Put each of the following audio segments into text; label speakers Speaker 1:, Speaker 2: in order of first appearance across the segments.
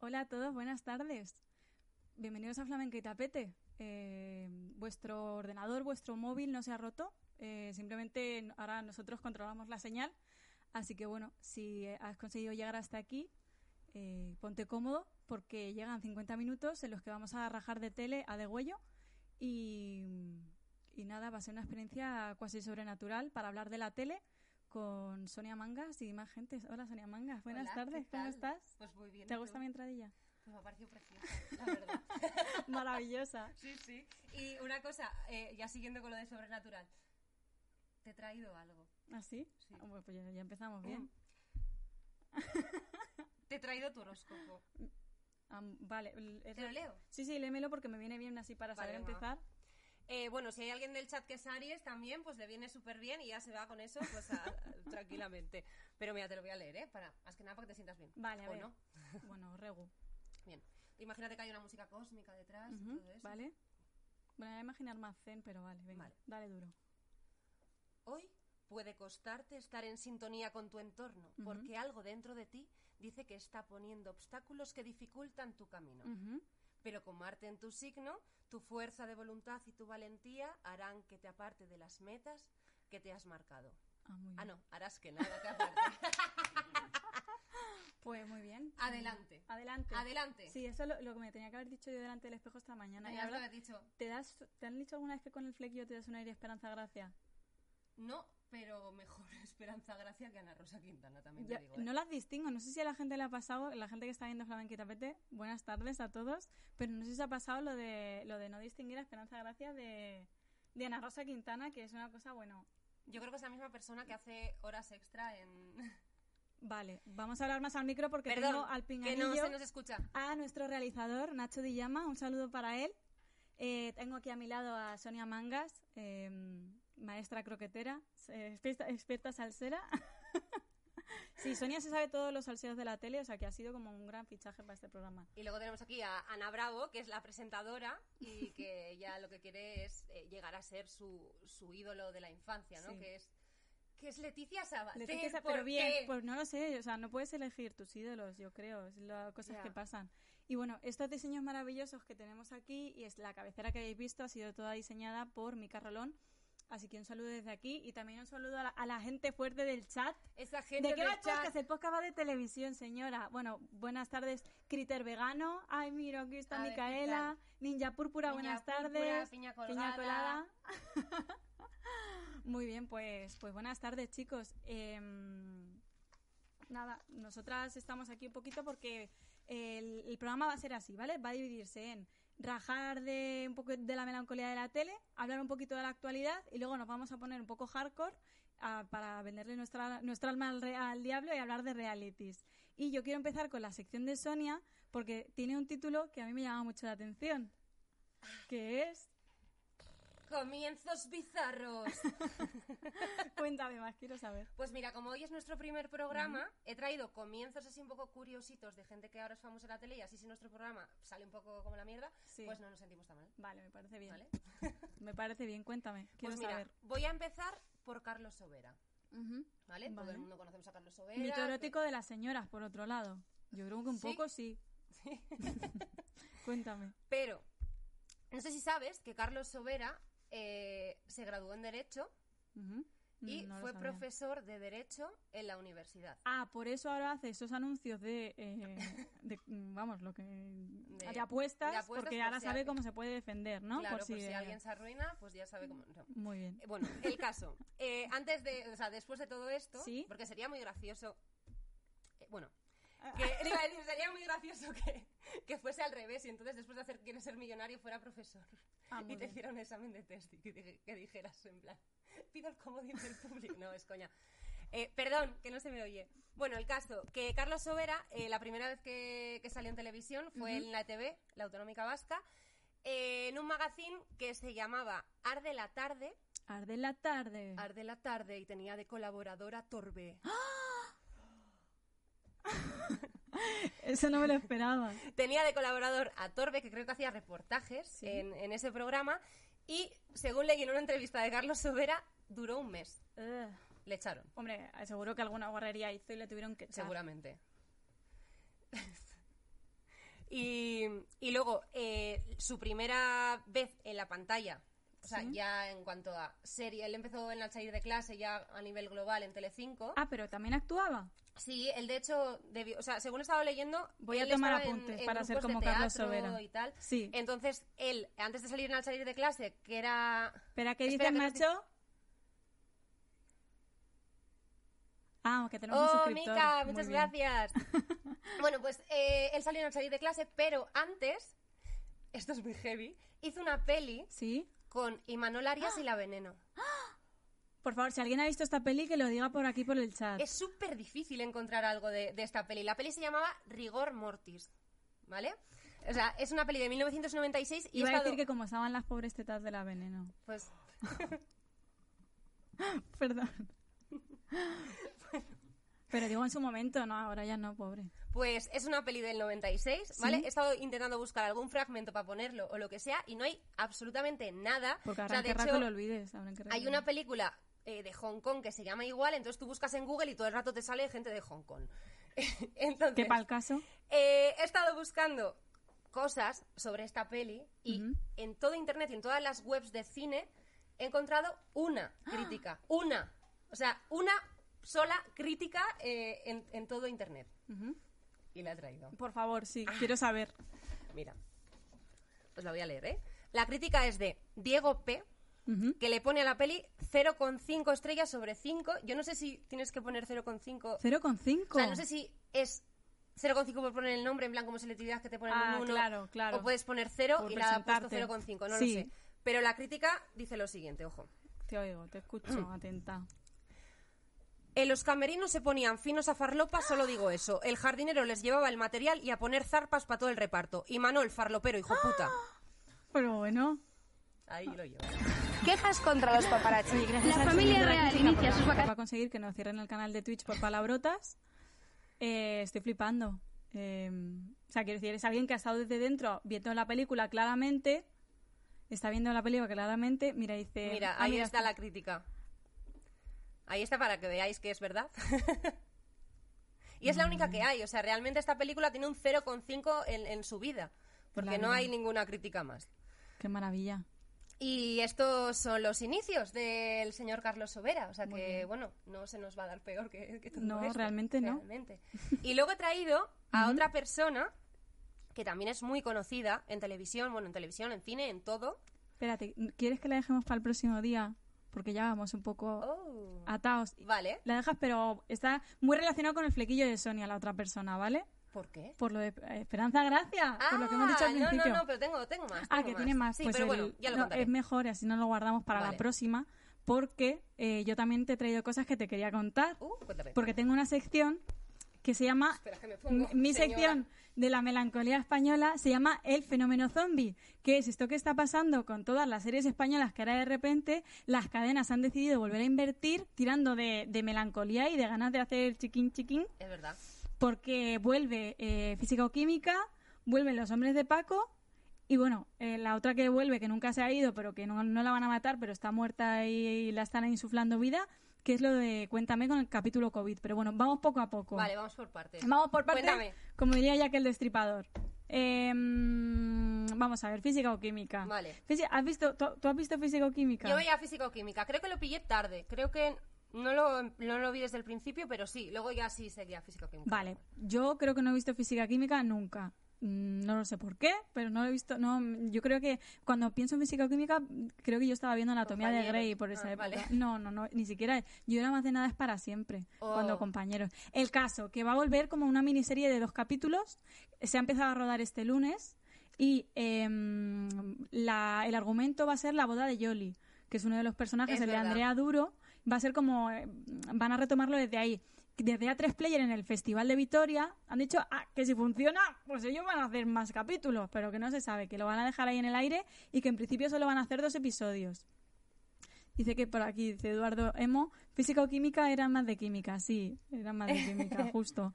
Speaker 1: Hola a todos, buenas tardes. Bienvenidos a Flamenca y Tapete. Eh, vuestro ordenador, vuestro móvil no se ha roto. eh, simplemente ahora nosotros controlamos la señal. Así que bueno, si has conseguido llegar hasta aquí, eh, ponte cómodo porque llegan 50 minutos en los que vamos a rajar de tele a degüello y, y nada, va a ser una experiencia cuasi sobrenatural para hablar de la tele con Sonia Mangas y más gente. Hola Sonia Mangas, buenas
Speaker 2: Hola,
Speaker 1: tardes,
Speaker 2: ¿qué
Speaker 1: ¿cómo
Speaker 2: tal?
Speaker 1: estás?
Speaker 2: Pues muy bien.
Speaker 1: ¿Te
Speaker 2: ¿y tú?
Speaker 1: gusta mi entradilla?
Speaker 2: Pues me ha parecido preciosa, la verdad.
Speaker 1: Maravillosa.
Speaker 2: sí, sí. Y una cosa, eh, ya siguiendo con lo de sobrenatural. Te he traído algo.
Speaker 1: ¿Así?
Speaker 2: Sí.
Speaker 1: ¿Ah,
Speaker 2: Mm.
Speaker 1: Bueno, pues ya, ya empezamos bien.
Speaker 2: Te he traído tu horóscopo.
Speaker 1: Am- Ah, vale. l- es-
Speaker 2: ¿Te lo leo?
Speaker 1: Sí, sí, léemelo porque me viene bien así para
Speaker 2: Vale,
Speaker 1: saber
Speaker 2: va.
Speaker 1: empezar.
Speaker 2: Eh, bueno, si hay alguien del chat que es Aries también, pues le viene súper bien y ya se va con eso pues a- tranquilamente. Pero mira, te lo voy a leer, ¿eh? Para, más que nada para que te sientas bien.
Speaker 1: Vale, a
Speaker 2: ¿O
Speaker 1: ver.
Speaker 2: no?
Speaker 1: Bueno, Regu.
Speaker 2: Bien. Imagínate que hay una música cósmica detrás y
Speaker 1: Ujú,
Speaker 2: todo eso.
Speaker 1: Vale. Bueno, voy a imaginar más zen, pero vale, venga.
Speaker 2: Vale.
Speaker 1: Dale duro.
Speaker 2: Hoy puede costarte estar en sintonía con tu entorno, porque algo dentro de ti dice que está poniendo obstáculos que dificultan tu camino.
Speaker 1: Ujú,
Speaker 2: Pero con Marte en tu signo, tu fuerza de voluntad y tu valentía harán que te aparte de las metas que te has marcado.
Speaker 1: Ah, muy bien.
Speaker 2: Ah, no, harás que nada te aparte.
Speaker 1: Pues muy bien.
Speaker 2: Adelante.
Speaker 1: Adelante.
Speaker 2: Adelante.
Speaker 1: Sí, eso es lo, lo que me tenía que haber dicho yo delante del espejo esta mañana. Y
Speaker 2: Ya os lo
Speaker 1: ahora,
Speaker 2: he dicho.
Speaker 1: ¿te, das, ¿Te han dicho alguna vez que con el flequillo te das un aire esperanza gracia?
Speaker 2: No, pero mejor Esperanza Gracia que Ana Rosa Quintana, también
Speaker 1: Ya,
Speaker 2: te digo. ¿eh?
Speaker 1: no las distingo, no sé si a la gente le ha pasado, la gente que está viendo Flamenco y Tapete, buenas tardes a todos, pero no sé si os ha pasado lo de, lo de no distinguir a Esperanza Gracia de, de Ana Rosa Quintana, que es una cosa, bueno,
Speaker 2: Yo creo que es la misma persona que hace horas extra en...
Speaker 1: vale, vamos a hablar más al micro porque
Speaker 2: Perdón,
Speaker 1: tengo al
Speaker 2: que
Speaker 1: pinganillo
Speaker 2: no se nos escucha.
Speaker 1: a nuestro realizador, Nacho Dillama, un saludo para él. Eh, tengo aquí a mi lado a Sonia Mangas, eh, maestra croquetera, eh, experta, experta salsera. sí, Sonia se sabe todos los salseos de la tele, o sea que ha sido como un gran fichaje para este programa.
Speaker 2: Y luego tenemos aquí a Ana Bravo, que es la presentadora y que ella lo que quiere es eh, llegar a ser su, su ídolo de la infancia, ¿no?
Speaker 1: Sí.
Speaker 2: Que es que es Leticia Sabater.
Speaker 1: Le tienes a-
Speaker 2: ¿por
Speaker 1: pero bien,
Speaker 2: qué?
Speaker 1: pues no lo sé, o sea, no puedes elegir tus ídolos, yo creo, es las cosas
Speaker 2: Ya.
Speaker 1: que pasan. Y bueno, estos diseños maravillosos que tenemos aquí y es la cabecera que habéis visto ha sido toda diseñada por Mica Rolón, así que un saludo desde aquí y también un saludo a la, a la gente fuerte del chat.
Speaker 2: Esa gente
Speaker 1: ¿De qué va el
Speaker 2: del chat.
Speaker 1: podcast? El podcast va de televisión, señora. Bueno, buenas tardes, Criter Vegano. Ay, mira, aquí está
Speaker 2: A ver, ¿qué
Speaker 1: Micaela. Ninja Púrpura,
Speaker 2: Piña
Speaker 1: buenas
Speaker 2: Púrpura,
Speaker 1: tardes.
Speaker 2: Piña
Speaker 1: Colada. Muy bien, pues, pues buenas tardes, chicos. Em, nada, nosotras estamos aquí un poquito porque el, el programa va a ser así, ¿vale? Va a dividirse en rajar de un poco de la melancolía de la tele, hablar un poquito de la actualidad y luego nos vamos a poner un poco hardcore ah, para venderle nuestra, nuestra alma al, re- al diablo y hablar de realities. Y yo quiero empezar con la sección de Sonia porque tiene un título que a mí me llama mucho la atención, que es...
Speaker 2: Comienzos bizarros.
Speaker 1: Cuéntame más, quiero saber.
Speaker 2: Pues mira, como hoy es nuestro primer programa, he traído comienzos así un poco curiositos de gente que ahora es famosa en la tele y así si nuestro programa sale un poco como la mierda,
Speaker 1: Sí.
Speaker 2: pues no nos sentimos tan mal.
Speaker 1: Vale, me parece bien.
Speaker 2: ¿Vale?
Speaker 1: Me parece bien, cuéntame. Quiero
Speaker 2: pues mira,
Speaker 1: saber.
Speaker 2: voy a empezar por Carlos Sobera.
Speaker 1: Ujú.
Speaker 2: ¿Vale? Todo
Speaker 1: Vale.
Speaker 2: el mundo conocemos a Carlos Sobera.
Speaker 1: Mito erótico de las señoras, por otro lado. Yo creo que un
Speaker 2: ¿Sí?
Speaker 1: poco sí. Cuéntame.
Speaker 2: Pero, no sé si sabes que Carlos Sobera eh, se graduó en Derecho
Speaker 1: Ujú.
Speaker 2: y
Speaker 1: Mm, No lo
Speaker 2: fue
Speaker 1: sabía.
Speaker 2: profesor de Derecho en la universidad.
Speaker 1: Ah, por eso ahora hace esos anuncios de, eh, de, mm, vamos, lo que de, apuestas,
Speaker 2: de apuestas
Speaker 1: porque
Speaker 2: por
Speaker 1: ahora
Speaker 2: si
Speaker 1: sabe
Speaker 2: alguien-
Speaker 1: cómo se puede defender, ¿no?
Speaker 2: Claro, por si,
Speaker 1: eh,
Speaker 2: alguien se arruina, pues ya sabe cómo. no.
Speaker 1: Muy bien.
Speaker 2: Eh, Bueno, el caso. Eh, antes de, o sea, después de todo esto,
Speaker 1: ¿Sí?
Speaker 2: porque sería muy gracioso. eh, bueno,
Speaker 1: Ah.
Speaker 2: que, iba a decir, sería muy gracioso que, que fuese al revés y entonces después de hacer Quieres ser millonario fuera profesor
Speaker 1: Ah, muy
Speaker 2: y te
Speaker 1: bien.
Speaker 2: hiciera un examen de test y que, dije- que dijeras en plan, pido el comodín del público. No, es coña. Eh, perdón, que no se me oye. Bueno, el caso, que Carlos Sobera, eh, la primera vez que, que salió en televisión fue en la ETV, la Autonómica Vasca, eh, en un magazine que se llamaba Arde la Tarde,
Speaker 1: Arde la tarde.
Speaker 2: Arde la tarde y tenía de colaboradora Torbe.
Speaker 1: Eso no me lo esperaba.
Speaker 2: Tenía de colaborador a Torbe, que creo que hacía reportajes
Speaker 1: Sí.
Speaker 2: en, en ese programa. Y según leí en una entrevista de Carlos Sobera, duró un mes.
Speaker 1: Ugh.
Speaker 2: Le echaron,
Speaker 1: Hombre, seguro que alguna guarrería hizo y le tuvieron que echar.
Speaker 2: seguramente. y, y luego, eh, su primera vez en la pantalla, o sea,
Speaker 1: Sí.
Speaker 2: ya en cuanto a serie, él empezó en la salir de clase ya a nivel global en Telecinco.
Speaker 1: Ah, pero también actuaba.
Speaker 2: Sí, él de hecho, debió- o sea, según estaba leyendo,
Speaker 1: Voy a
Speaker 2: él
Speaker 1: tomar
Speaker 2: estaba en-
Speaker 1: apuntes
Speaker 2: en
Speaker 1: para ser
Speaker 2: grupos de
Speaker 1: como Carlos
Speaker 2: teatro
Speaker 1: Sobera.
Speaker 2: y tal.
Speaker 1: Sí.
Speaker 2: Entonces, él, antes de salir al salir de clase, que era.
Speaker 1: Espera, ¿qué dice
Speaker 2: espera, que nos
Speaker 1: Nacho? Ah, que tenemos un
Speaker 2: ¡Oh,
Speaker 1: suscriptor.
Speaker 2: Mica!
Speaker 1: Muy
Speaker 2: Muchas
Speaker 1: bien.
Speaker 2: gracias. bueno, pues eh, él salió al salir de clase, pero antes, esto es muy heavy, hizo una peli
Speaker 1: Sí.
Speaker 2: con Imanol Arias y La Veneno.
Speaker 1: Por favor, si alguien ha visto esta peli, que lo diga por aquí, por el chat.
Speaker 2: Es súper difícil encontrar algo de, de esta peli. La peli se llamaba Rigor Mortis, ¿vale? O sea, es una peli de 1996 y
Speaker 1: Iba
Speaker 2: he
Speaker 1: a
Speaker 2: estado-
Speaker 1: decir que como estaban las pobres tetas de la veneno.
Speaker 2: Pues
Speaker 1: Perdón. Pero digo en su momento, no, ahora ya no, pobre.
Speaker 2: Pues es una peli del 96, ¿vale? He estado intentando buscar algún fragmento para ponerlo o lo que sea y no hay absolutamente nada.
Speaker 1: Porque
Speaker 2: o
Speaker 1: ahora
Speaker 2: sea, de
Speaker 1: querrá
Speaker 2: hecho,
Speaker 1: que lo olvides. habrán querrá
Speaker 2: hay
Speaker 1: que-
Speaker 2: una película eh, de Hong Kong que se llama igual, entonces tú buscas en Google y todo el rato te sale gente de Hong Kong.
Speaker 1: Que
Speaker 2: entonces,
Speaker 1: para el caso,
Speaker 2: eh, he estado buscando cosas sobre esta peli y
Speaker 1: Ujú.
Speaker 2: en todo internet y en todas las webs de cine he encontrado una
Speaker 1: ¡Ah!
Speaker 2: crítica. Una. O sea, una sola crítica eh, en, en todo internet.
Speaker 1: Ujú.
Speaker 2: Y la he traído.
Speaker 1: por favor, sí, quiero saber.
Speaker 2: Mira, os la voy a leer, ¿eh? La crítica es de Diego P.,
Speaker 1: Ujú.
Speaker 2: que le pone a la peli 0,5 estrellas sobre 5. Yo no sé si tienes que poner 0,5.
Speaker 1: 0,5.
Speaker 2: O sea, no sé si es 0,5 por poner el nombre, en plan como selectividad que te ponen
Speaker 1: Ah,
Speaker 2: un 1.
Speaker 1: claro, claro.
Speaker 2: O puedes poner 0
Speaker 1: Por
Speaker 2: y la ha puesto
Speaker 1: presentarte.
Speaker 2: 0,5, no
Speaker 1: Sí.
Speaker 2: lo sé. Pero la crítica dice lo siguiente, ojo.
Speaker 1: Te oigo, te
Speaker 2: Mm.
Speaker 1: escucho, atenta.
Speaker 2: En los camerinos se ponían finos a farlopa, solo digo eso. El jardinero les llevaba el material y a poner zarpas para todo el reparto. Y Manuel, farlopero, hijo puta.
Speaker 1: Pero bueno,
Speaker 2: Ahí lo llevo.
Speaker 3: Quejas contra los paparazzi. La familia real inicia sus
Speaker 1: Va
Speaker 3: vacaciones.
Speaker 1: a conseguir que nos cierren el canal de Twitch por palabrotas. Eh, estoy flipando. Eh, o sea, quiero decir, es alguien que ha estado desde dentro viendo la película claramente. Está viendo la película claramente. Mira, dice.
Speaker 2: Mira,
Speaker 1: ah,
Speaker 2: ahí está la crítica. Ahí está para que veáis que es verdad. y es la única
Speaker 1: Mm.
Speaker 2: que hay. O sea, realmente esta película tiene un 0,5 en, en su vida. Porque
Speaker 1: Claro.
Speaker 2: no hay ninguna crítica más.
Speaker 1: Qué maravilla.
Speaker 2: Y estos son los inicios del señor Carlos Sobera. O sea que, bueno, no se nos va a dar peor que, que todo
Speaker 1: No,
Speaker 2: esto,
Speaker 1: realmente no.
Speaker 2: realmente. Y luego he traído a otra persona que también es muy conocida en televisión, bueno, en televisión, en cine, en todo.
Speaker 1: Espérate, ¿quieres que la dejemos para el próximo día? Porque ya vamos un poco
Speaker 2: Oh.
Speaker 1: atados.
Speaker 2: Vale.
Speaker 1: La dejas, pero está muy relacionado con el flequillo de Sonia, la otra persona, ¿ale?
Speaker 2: ¿Por qué?
Speaker 1: Por lo de eh, Esperanza Gracia, por lo que hemos dicho al
Speaker 2: Ah,
Speaker 1: principio.
Speaker 2: No, no, no, pero tengo, tengo más.
Speaker 1: Ah,
Speaker 2: tengo
Speaker 1: que tiene más.
Speaker 2: Sí,
Speaker 1: pues
Speaker 2: pero
Speaker 1: el-
Speaker 2: bueno, ya lo
Speaker 1: no,
Speaker 2: contaré.
Speaker 1: Es mejor, y así no lo guardamos para
Speaker 2: Vale.
Speaker 1: la próxima, porque eh, yo también te he traído cosas que te quería contar,
Speaker 2: Uh, cuéntame.
Speaker 1: porque tengo una sección que se llama...
Speaker 2: Espera, que me pongo,
Speaker 1: m- mi
Speaker 2: señora.
Speaker 1: sección de la melancolía española se llama El fenómeno zombie, que es esto que está pasando con todas las series españolas que ahora de repente las cadenas han decidido volver a invertir tirando de, de melancolía y de ganas de hacer chiquín chiquín
Speaker 2: Es verdad.
Speaker 1: porque vuelve eh, física o química, vuelven los hombres de Paco y bueno, eh, la otra que vuelve, que nunca se ha ido, pero que no, no la van a matar, pero está muerta y, la están insuflando vida, que es lo de Cuéntame con el capítulo COVID. Pero bueno, vamos poco a poco.
Speaker 2: Vale, vamos por partes.
Speaker 1: Vamos por partes,
Speaker 2: Cuéntame.
Speaker 1: como diría ya que el destripador. Em, vamos a ver, física o química.
Speaker 2: Vale.
Speaker 1: Físi- ¿Has visto, tú, tú has visto física o química?
Speaker 2: Yo veía física o química. Creo que lo pillé tarde. Creo que no lo, no lo vi desde el principio, pero sí. Luego ya sí seguía física o química.
Speaker 1: Vale, yo creo que no he visto física química nunca. Mm, No lo sé por qué, pero no lo he visto. No, mm, yo creo que cuando pienso en física química, mm, creo que yo estaba viendo Anatomía de
Speaker 2: Compañeros.
Speaker 1: Grey por esa
Speaker 2: Ah,
Speaker 1: época.
Speaker 2: vale.
Speaker 1: No, no, no, ni siquiera. Yo era más de nada es para siempre,
Speaker 2: Oh.
Speaker 1: cuando compañeros. El caso, que va a volver como una miniserie de dos capítulos. Se ha empezado a rodar este lunes y em, la- el argumento va a ser la boda de Jolly, que es uno de los personajes,
Speaker 2: Es
Speaker 1: el de
Speaker 2: verdad.
Speaker 1: Andrea Duro. Va a ser como. eh, van a retomarlo desde ahí desde A3 Player en el Festival de Vitoria han dicho ah, que si funciona, pues ellos van a hacer más capítulos, pero que no se sabe, que lo van a dejar ahí en el aire y que en principio solo van a hacer dos episodios. Dice que por aquí, dice Eduardo Emo, física o química era más de química, sí, era más de química, justo.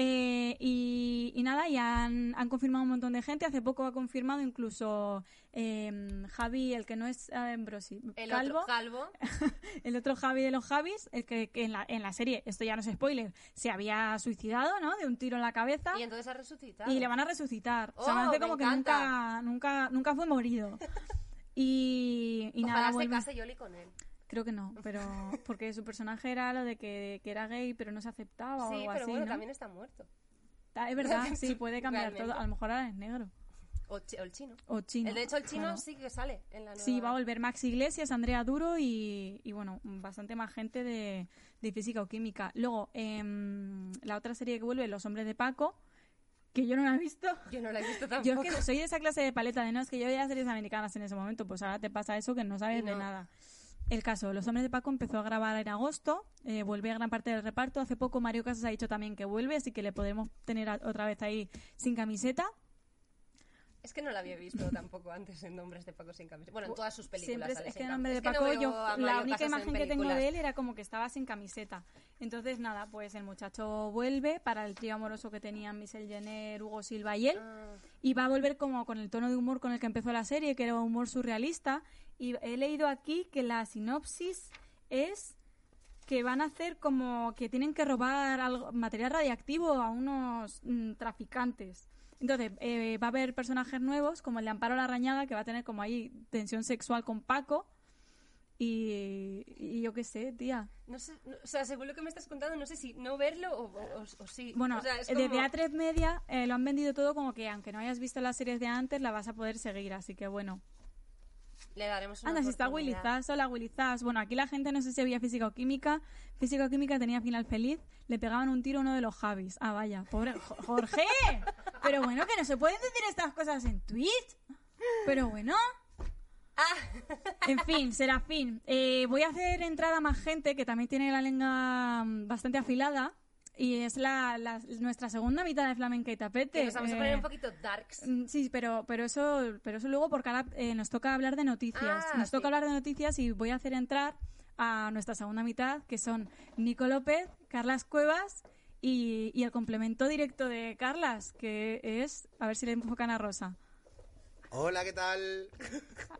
Speaker 1: Eh, y, y nada, y han, han confirmado un montón de gente. Hace poco ha confirmado incluso eh, Javi, el que no es eh, Ambrosi,
Speaker 2: El
Speaker 1: Calvo,
Speaker 2: otro calvo.
Speaker 1: el otro Javi de los Javis, el que, que en, la, en la serie, esto ya no es spoiler, se había suicidado, ¿no? De un tiro en la cabeza.
Speaker 2: Y entonces ha resucitado.
Speaker 1: Y le van a resucitar. o
Speaker 2: Oh,
Speaker 1: sea, me
Speaker 2: me
Speaker 1: hace como que
Speaker 2: encanta.
Speaker 1: nunca, nunca, nunca fue morido. Y, y
Speaker 2: Ojalá
Speaker 1: nada,
Speaker 2: se
Speaker 1: vuelve-
Speaker 2: case Yoli con él.
Speaker 1: creo que no, pero porque su personaje era lo de que, que era gay, pero no se aceptaba o
Speaker 2: Sí,
Speaker 1: algo
Speaker 2: pero
Speaker 1: así.
Speaker 2: bueno,
Speaker 1: ¿no?
Speaker 2: también está muerto.
Speaker 1: Ta- Es verdad, sí, puede cambiar
Speaker 2: Realmente.
Speaker 1: todo. A lo mejor ahora es negro
Speaker 2: O, chi- o el chino.
Speaker 1: o chino.
Speaker 2: El- de hecho, el chino
Speaker 1: Bueno,
Speaker 2: sí que sale en la nueva.
Speaker 1: Sí, va a volver Max Iglesias, Andrea Duro y, y, bueno, bastante más gente de, de física o química. Luego, em, la otra serie que vuelve, Los Hombres de Paco, que yo no la he visto.
Speaker 2: Yo no la he visto
Speaker 1: Yo
Speaker 2: tampoco.
Speaker 1: es que soy de esa clase de paleta de no, es que yo veía series americanas en ese momento, pues ahora te pasa eso que no sabes
Speaker 2: Y
Speaker 1: de
Speaker 2: no.
Speaker 1: nada. El caso, Los Hombres de Paco empezó a grabar en agosto, eh, vuelve a gran parte del reparto. Hace poco Mario Casas ha dicho también que vuelve, así que le podremos tener a- otra vez ahí sin camiseta.
Speaker 2: Es que no la había visto tampoco antes en Nombres de Paco sin camiseta. Bueno, en todas sus películas.
Speaker 1: Siempre es,
Speaker 2: sale
Speaker 1: es
Speaker 2: sin
Speaker 1: que el nombre de
Speaker 2: camiseta.
Speaker 1: Paco,
Speaker 2: Es que
Speaker 1: yo,
Speaker 2: no veo a
Speaker 1: la
Speaker 2: Mario
Speaker 1: única
Speaker 2: Casas en
Speaker 1: imagen que tengo
Speaker 2: películas.
Speaker 1: de él era como que estaba sin camiseta. Entonces, nada, pues el muchacho vuelve para el trío amoroso que tenían Michelle Jenner, Hugo Silva y él.
Speaker 2: Ah,
Speaker 1: Y va a volver como con el tono de humor con el que empezó la serie, que era humor surrealista. Y he leído aquí que la sinopsis es que van a hacer como que tienen que robar algo, material radiactivo a unos mm, traficantes. Entonces, eh, va a haber personajes nuevos, como el de Amparo la Rañaga, que va a tener como ahí tensión sexual con Paco. Y, y yo qué sé, tía.
Speaker 2: no sé, no- o sea, según lo que me estás contando, no sé si no verlo o, o- o- o sí.
Speaker 1: Bueno, eh,
Speaker 2: O sea, es
Speaker 1: desde
Speaker 2: como-
Speaker 1: A3 Media eh, lo han vendido todo como que aunque no hayas visto las series de antes, la vas a poder seguir. Así que bueno,
Speaker 2: Le daremos una
Speaker 1: Anda, Ah, si está Willy
Speaker 2: oportunidad.
Speaker 1: Zas, hola Willy Zas. Bueno, aquí la gente no sé si había física o química. Física o química tenía final feliz. Le pegaban un tiro a uno de los Javis. Ah, vaya, pobre Jo- Jorge. Pero bueno, que no se pueden decir estas cosas en Twitch. Pero bueno. En fin, Serafín. Eh, voy a hacer entrada a más gente que también tiene la lengua mm, bastante afilada. Y es la, la- nuestra segunda mitad de Flamenca y Tapete.
Speaker 2: Que nos vamos a poner
Speaker 1: Eh,
Speaker 2: un poquito darks.
Speaker 1: Mm, Sí, pero, pero eso, pero eso luego por cada eh, nos toca hablar de noticias.
Speaker 2: Ah,
Speaker 1: nos
Speaker 2: sí.
Speaker 1: toca hablar de noticias y voy a hacer entrar a nuestra segunda mitad, que son Nico López, Carlas Cuevas y, y el complemento directo de Carlas, que es, a ver si le enfocan a Rosa.
Speaker 4: Hola, ¿qué tal?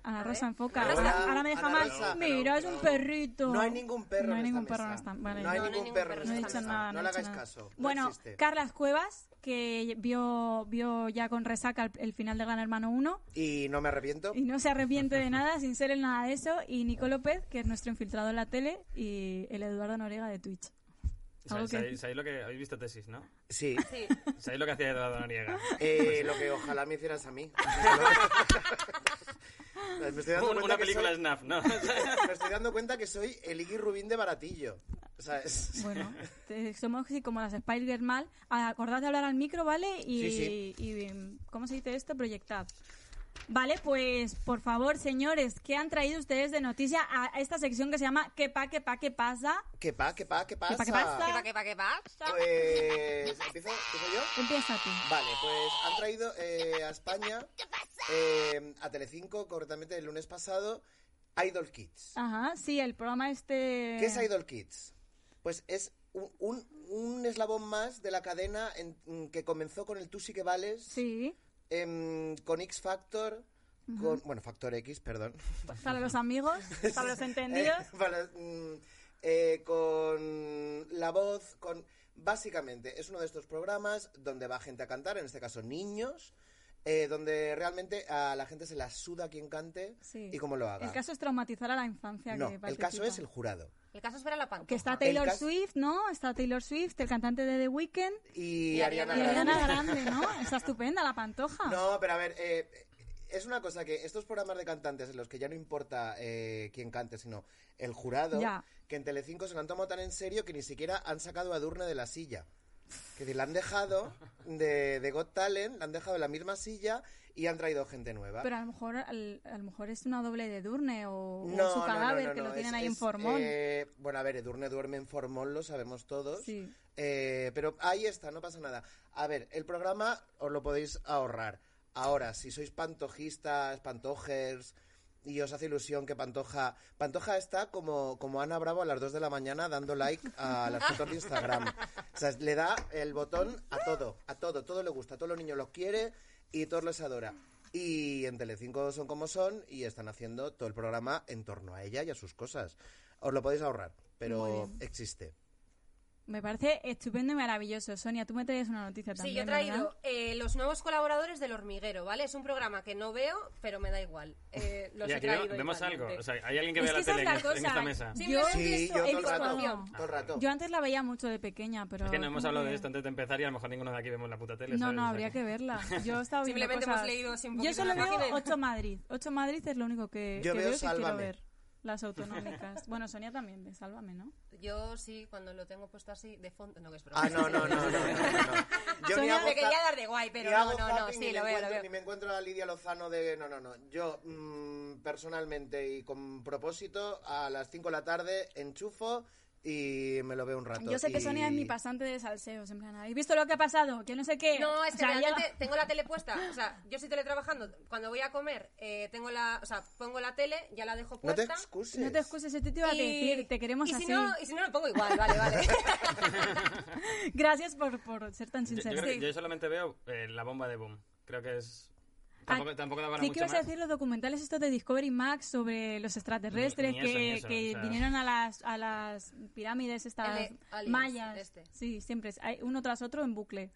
Speaker 1: A la
Speaker 2: A
Speaker 1: Rosa
Speaker 2: ver.
Speaker 1: enfoca.
Speaker 2: Hola,
Speaker 1: Ahora, ahora me deja
Speaker 4: Ana
Speaker 1: mal.
Speaker 4: Rosa.
Speaker 1: Mira, es un perrito.
Speaker 4: No hay ningún perro.
Speaker 1: No hay
Speaker 4: en
Speaker 1: ningún
Speaker 4: esta
Speaker 1: perro en
Speaker 4: mesa.
Speaker 1: esta- vale.
Speaker 4: no hay
Speaker 1: No,
Speaker 4: ningún perro. en
Speaker 1: No he
Speaker 4: esta
Speaker 1: dicho
Speaker 4: mesa.
Speaker 1: nada.
Speaker 4: No
Speaker 1: he
Speaker 4: le
Speaker 1: dicho
Speaker 4: hagáis
Speaker 1: nada.
Speaker 4: caso. no
Speaker 1: Bueno,
Speaker 4: existe.
Speaker 1: Carlas Cuevas, que vio, vio ya con resaca el, el final de Gran Hermano 1.
Speaker 4: Y no me arrepiento.
Speaker 1: Y no se arrepiente de nada, sin ser en nada de eso. Y Nico López, que es nuestro infiltrado en la tele, y el Eduardo Noriega de Twitch. Algo
Speaker 5: ¿Sabéis,
Speaker 1: que-
Speaker 5: sabéis- sabéis lo que habéis visto tesis, ¿no?
Speaker 4: Sí.
Speaker 2: Sí.
Speaker 5: ¿Sabéis lo que hacía Eduardo Noriega?
Speaker 4: Eh, lo que ojalá me hicieras a mí. Pues me, estoy dando
Speaker 5: Un-
Speaker 4: cuenta
Speaker 5: una
Speaker 4: que
Speaker 5: película
Speaker 4: soy-
Speaker 5: Snap, ¿no?
Speaker 4: me estoy dando cuenta que soy el Iggy Rubín de Baratillo. O sea, es-
Speaker 1: Bueno, te- somos así como las Spider Mal. Ah, Acordad de hablar al micro, ¿vale? Y,
Speaker 4: Sí, sí.
Speaker 1: y, mm, ¿cómo se dice esto? Proyectad. Vale, pues por favor, señores, ¿qué han traído ustedes de noticia a a esta sección que se llama ¿Qué pa, qué pa, qué pasa?
Speaker 4: ¿Qué pa, qué pa, qué pasa?
Speaker 1: pa, qué pasa?
Speaker 2: ¿Qué va, qué va, qué va?
Speaker 4: Pues, ¿empiezo, ¿empiezo yo?
Speaker 1: Empieza tú.
Speaker 4: Vale, pues han traído eh, a España, eh, a Telecinco, concretamente el lunes pasado, Idol Kids.
Speaker 1: Ajá, sí, el programa este...
Speaker 4: ¿Qué es Idol Kids? Pues es un, un- un eslabón más de la cadena en- mm, que comenzó con el Tú sí que vales,
Speaker 1: Sí,
Speaker 4: em, con X Factor, con, bueno, Factor X, perdón.
Speaker 1: para los amigos, para los entendidos.
Speaker 4: Eh, para, mm, eh, con la voz, con... Básicamente, es uno de estos programas donde va gente a cantar, en este caso niños, eh, donde realmente a la gente se la suda quien cante
Speaker 1: Sí.
Speaker 4: y cómo lo haga.
Speaker 1: El caso es traumatizar a la infancia.
Speaker 4: no,
Speaker 1: que
Speaker 4: el caso
Speaker 1: participa.
Speaker 4: es el jurado.
Speaker 2: El caso es ver a la pantoja.
Speaker 1: Que está
Speaker 4: El
Speaker 1: Taylor
Speaker 4: caso-
Speaker 1: Swift, ¿no? Está Taylor Swift, el cantante de The Weeknd.
Speaker 4: Y,
Speaker 2: Y
Speaker 4: Ariana,
Speaker 1: Y
Speaker 2: Grande.
Speaker 1: Ariana Grande, ¿no? Está estupenda la pantoja.
Speaker 4: No, pero a ver, eh, es una cosa que estos programas de cantantes en los que ya no importa eh, quién cante, sino el jurado,
Speaker 1: Ya.
Speaker 4: que en Telecinco se lo han tomado tan en serio que ni siquiera han sacado a Durne de la silla. Que la han dejado de, de Got Talent, la han dejado en la misma silla y han traído gente nueva.
Speaker 1: Pero a lo mejor al- a lo mejor es una doble de Durne o, o
Speaker 4: No,
Speaker 1: su
Speaker 4: no, no,
Speaker 1: cadáver
Speaker 4: no,
Speaker 1: que
Speaker 4: no,
Speaker 1: lo
Speaker 4: es-
Speaker 1: tienen ahí en
Speaker 4: es,
Speaker 1: Formol.
Speaker 4: eh, bueno, a ver, Edurne duerme en Formol, lo sabemos todos.
Speaker 1: Sí.
Speaker 4: Eh, pero ahí está, no pasa nada. A ver, el programa os lo podéis ahorrar. Ahora, si sois pantojistas, pantojers, y os hace ilusión que Pantoja... Pantoja está como, como Ana Bravo a las 2 de la mañana dando like a las fotos de Instagram. O sea, le da el botón a todo, a todo, todo le gusta, a todos los niños los quiere y todos los adora. Y en Telecinco son como son y están haciendo todo el programa en torno a ella y a sus cosas. Os lo podéis ahorrar, pero existe.
Speaker 1: Me parece estupendo y maravilloso. Sonia, tú me traes una noticia
Speaker 2: Sí,
Speaker 1: también.
Speaker 2: yo he
Speaker 1: ¿verdad?
Speaker 2: traído eh, los nuevos colaboradores del hormiguero, ¿vale? Es un programa que no veo, pero me da igual. Eh, los
Speaker 5: Ya,
Speaker 2: he
Speaker 5: tío,
Speaker 2: traído
Speaker 5: vemos algo.
Speaker 2: igualmente.
Speaker 5: O sea, hay alguien que
Speaker 1: Es que
Speaker 5: vea la eh,
Speaker 1: esa es
Speaker 5: tele en,
Speaker 1: la
Speaker 5: es- en
Speaker 1: cosa.
Speaker 5: esta mesa.
Speaker 2: Sí,
Speaker 1: Yo-
Speaker 2: me han
Speaker 4: Sí,
Speaker 2: visto
Speaker 4: yo
Speaker 2: en
Speaker 4: todo el rato,
Speaker 2: información.
Speaker 4: todo el rato.
Speaker 1: Yo antes la veía mucho de pequeña, pero.
Speaker 5: Es que no hemos
Speaker 1: como
Speaker 5: hablado
Speaker 1: que-
Speaker 5: de esto antes de empezar y a lo mejor ninguno de aquí vemos la puta tele.
Speaker 1: No,
Speaker 5: ¿sabes?
Speaker 1: no,
Speaker 5: O sea
Speaker 1: habría que verla. Yo estaba viendo
Speaker 2: Simplemente hemos
Speaker 1: cosas-
Speaker 2: leído así un
Speaker 1: Yo
Speaker 2: poquito
Speaker 1: solo
Speaker 2: la
Speaker 1: veo
Speaker 2: página.
Speaker 1: 8 Madrid. 8 Madrid es lo único que,
Speaker 4: Yo
Speaker 1: que
Speaker 4: veo
Speaker 1: veo si quiero
Speaker 4: Sálvame.
Speaker 1: ver. Las autonómicas. Bueno, Sonia también, de Sálvame, ¿no?
Speaker 2: Yo sí, cuando lo tengo puesto así de fondo, no que es broma.
Speaker 4: Ah, no, no, no, no, no, no. Yo ni
Speaker 1: Sonia,
Speaker 4: hago
Speaker 2: Me quería
Speaker 4: zap-
Speaker 2: dar de guay, pero
Speaker 4: ni hago
Speaker 2: no, no, no,
Speaker 4: zapping, ni
Speaker 2: sí,
Speaker 4: me
Speaker 2: lo veo, lo
Speaker 4: encuentro-
Speaker 2: veo.
Speaker 4: Ni me encuentro a Lidia Lozano de... No, no, no. Yo, mm, personalmente y con propósito, a las 5 de la tarde enchufo y me lo veo un rato.
Speaker 1: Yo sé que
Speaker 4: y-
Speaker 1: Sonia es mi pasante de salseos. En plan, ¿habéis visto lo que ha pasado? Que no sé qué.
Speaker 2: No, es
Speaker 1: O
Speaker 2: que
Speaker 1: sea, ya-
Speaker 2: realmente tengo la tele puesta. O sea, yo estoy teletrabajando. Cuando voy a comer, eh, tengo la, o sea, pongo la tele, ya la dejo
Speaker 4: No te
Speaker 2: puesta.
Speaker 4: excuses.
Speaker 1: No te excuses, este te iba a decir, te queremos
Speaker 2: y
Speaker 1: así.
Speaker 2: Si no, y si no, lo pongo igual, vale, vale.
Speaker 1: Gracias por, por ser tan
Speaker 5: Yo, yo
Speaker 1: sincero.
Speaker 5: creo que
Speaker 1: Sí.
Speaker 5: yo solamente veo eh, la bomba de boom. Creo que es.
Speaker 1: Ah,
Speaker 5: Tampoco, tampoco da para
Speaker 1: Sí que
Speaker 5: mucho
Speaker 1: vas a
Speaker 5: más.
Speaker 1: decir los documentales estos de Discovery Max sobre los extraterrestres
Speaker 5: Ni- ni eso,
Speaker 1: que,
Speaker 5: ni eso,
Speaker 1: que
Speaker 5: o sea.
Speaker 1: vinieron a las, a las pirámides estas
Speaker 2: El de Aliens,
Speaker 1: mayas.
Speaker 2: este.
Speaker 1: Sí, siempre. es- hay uno tras otro en bucle.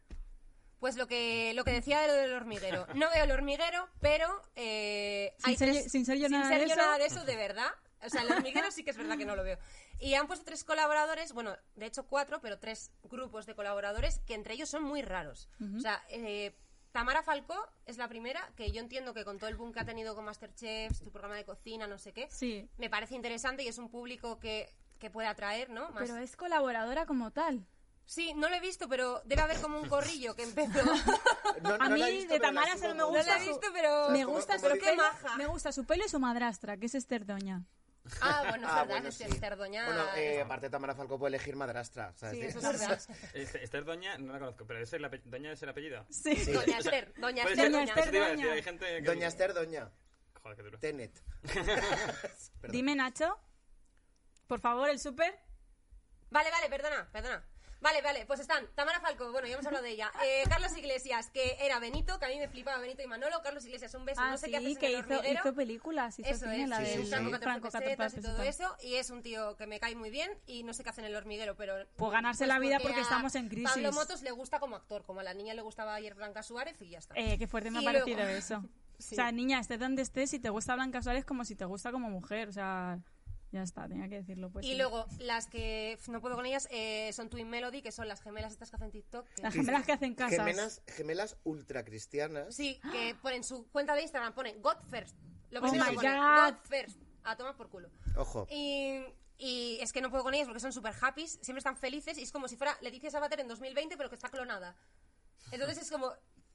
Speaker 2: Pues lo que, lo que decía de lo del hormiguero. No veo el hormiguero, pero eh,
Speaker 1: Sin
Speaker 2: hay
Speaker 1: ser-
Speaker 2: tres-
Speaker 1: sin ser yo nada
Speaker 2: ser
Speaker 1: de
Speaker 2: yo
Speaker 1: eso.
Speaker 2: nada de eso, de verdad. O sea, el hormiguero sí que es verdad que no lo veo. Y han puesto tres colaboradores, bueno, de hecho cuatro, pero tres grupos de colaboradores que entre ellos son muy raros. O sea, eh, Tamara Falcó es la primera, que yo entiendo que con todo el boom que ha tenido con Masterchef, su programa de cocina, no sé qué,
Speaker 1: Sí.
Speaker 2: me parece interesante y es un público que, que puede atraer, ¿no? Más-
Speaker 1: Pero es colaboradora como tal.
Speaker 2: Sí, no lo he visto, pero debe haber como un corrillo que empezó.
Speaker 4: No,
Speaker 1: A
Speaker 4: no la he
Speaker 1: mí,
Speaker 4: visto,
Speaker 1: de
Speaker 4: pero la
Speaker 1: Tamara
Speaker 4: sigo
Speaker 1: solo me
Speaker 2: No
Speaker 4: con
Speaker 1: gusta
Speaker 2: lo he
Speaker 4: ganas.
Speaker 1: su-
Speaker 2: visto, pero...
Speaker 1: Me
Speaker 4: como-
Speaker 1: gusta,
Speaker 4: como
Speaker 1: su
Speaker 4: dice-
Speaker 2: qué
Speaker 1: pelo,
Speaker 2: maja.
Speaker 1: me gusta su pelo y su madrastra, que es Esther Doña.
Speaker 2: Ah, bueno, es
Speaker 4: Ah,
Speaker 2: verdad,
Speaker 4: bueno,
Speaker 2: es
Speaker 4: sí.
Speaker 2: Cerdoña.
Speaker 4: Bueno, eh, aparte Tamara Falcó puede elegir madrastra. o sea,
Speaker 1: Sí,
Speaker 4: es-
Speaker 1: eso
Speaker 2: es verdad.
Speaker 5: Este- Esther Doña, no la conozco, pero ¿es el ape- Doña es el apellido.
Speaker 1: Sí.
Speaker 2: Doña Esther, Doña
Speaker 4: Pues
Speaker 5: Puede
Speaker 2: Esther,
Speaker 5: ser,
Speaker 1: Doña
Speaker 2: Doña
Speaker 5: eso te iba a
Speaker 1: Esther
Speaker 5: decir,
Speaker 1: Doña.
Speaker 5: hay gente que-
Speaker 4: Doña Esther, Doña.
Speaker 5: Joder, qué duro.
Speaker 4: Tenet. Perdón.
Speaker 1: Dime, Nacho. Por favor, el súper.
Speaker 2: Vale, vale, perdona, perdona. Vale, vale, pues están Tamara Falco, bueno, ya hemos hablado de ella. Eh, Carlos Iglesias, que era Benito, que a mí me flipaba Benito y Manolo. Carlos Iglesias, un beso,
Speaker 1: Ah,
Speaker 2: no sé
Speaker 1: sí,
Speaker 2: qué haces
Speaker 1: que
Speaker 2: en el
Speaker 1: hizo,
Speaker 2: hormiguero.
Speaker 1: hizo películas, hizo
Speaker 2: Eso
Speaker 1: cine,
Speaker 2: es,
Speaker 1: la
Speaker 4: sí,
Speaker 1: del
Speaker 4: sí,
Speaker 2: Franco, 14
Speaker 1: Franco 14
Speaker 2: pesetas y todo
Speaker 1: pesetas.
Speaker 2: eso. Y es un tío que me cae muy bien y no sé qué hace en el hormiguero, pero...
Speaker 1: Pues ganarse la vida porque
Speaker 2: a
Speaker 1: estamos en crisis.
Speaker 2: Pablo Motos le gusta como actor, como a la niña le gustaba ayer Blanca Suárez y ya está.
Speaker 1: Eh, qué fuerte me ha
Speaker 2: Y
Speaker 1: parecido
Speaker 2: luego-
Speaker 1: eso. O
Speaker 2: Sí.
Speaker 1: sea, niña, estés donde estés, si te gusta Blanca Suárez como si te gusta como mujer. O sea, ya está, tenía que decirlo. Pues,
Speaker 2: y
Speaker 1: sí.
Speaker 2: luego, las que pf, no puedo con ellas eh, son Twin Melody, que son las gemelas estas que hacen TikTok. que-
Speaker 1: Las gemelas que hacen casas.
Speaker 4: Gemelas, gemelas ultracristianas.
Speaker 2: Sí, que ponen su cuenta de Instagram, ponen God First. Lo
Speaker 1: Oh
Speaker 2: primero
Speaker 1: my
Speaker 2: que ponen,
Speaker 1: God.
Speaker 2: God First. A tomar por culo.
Speaker 4: Ojo.
Speaker 2: Y, y es que no puedo con ellas porque son super happy, siempre están felices y es como si fuera Leticia Sabater en 2020, pero que está clonada. Entonces es como.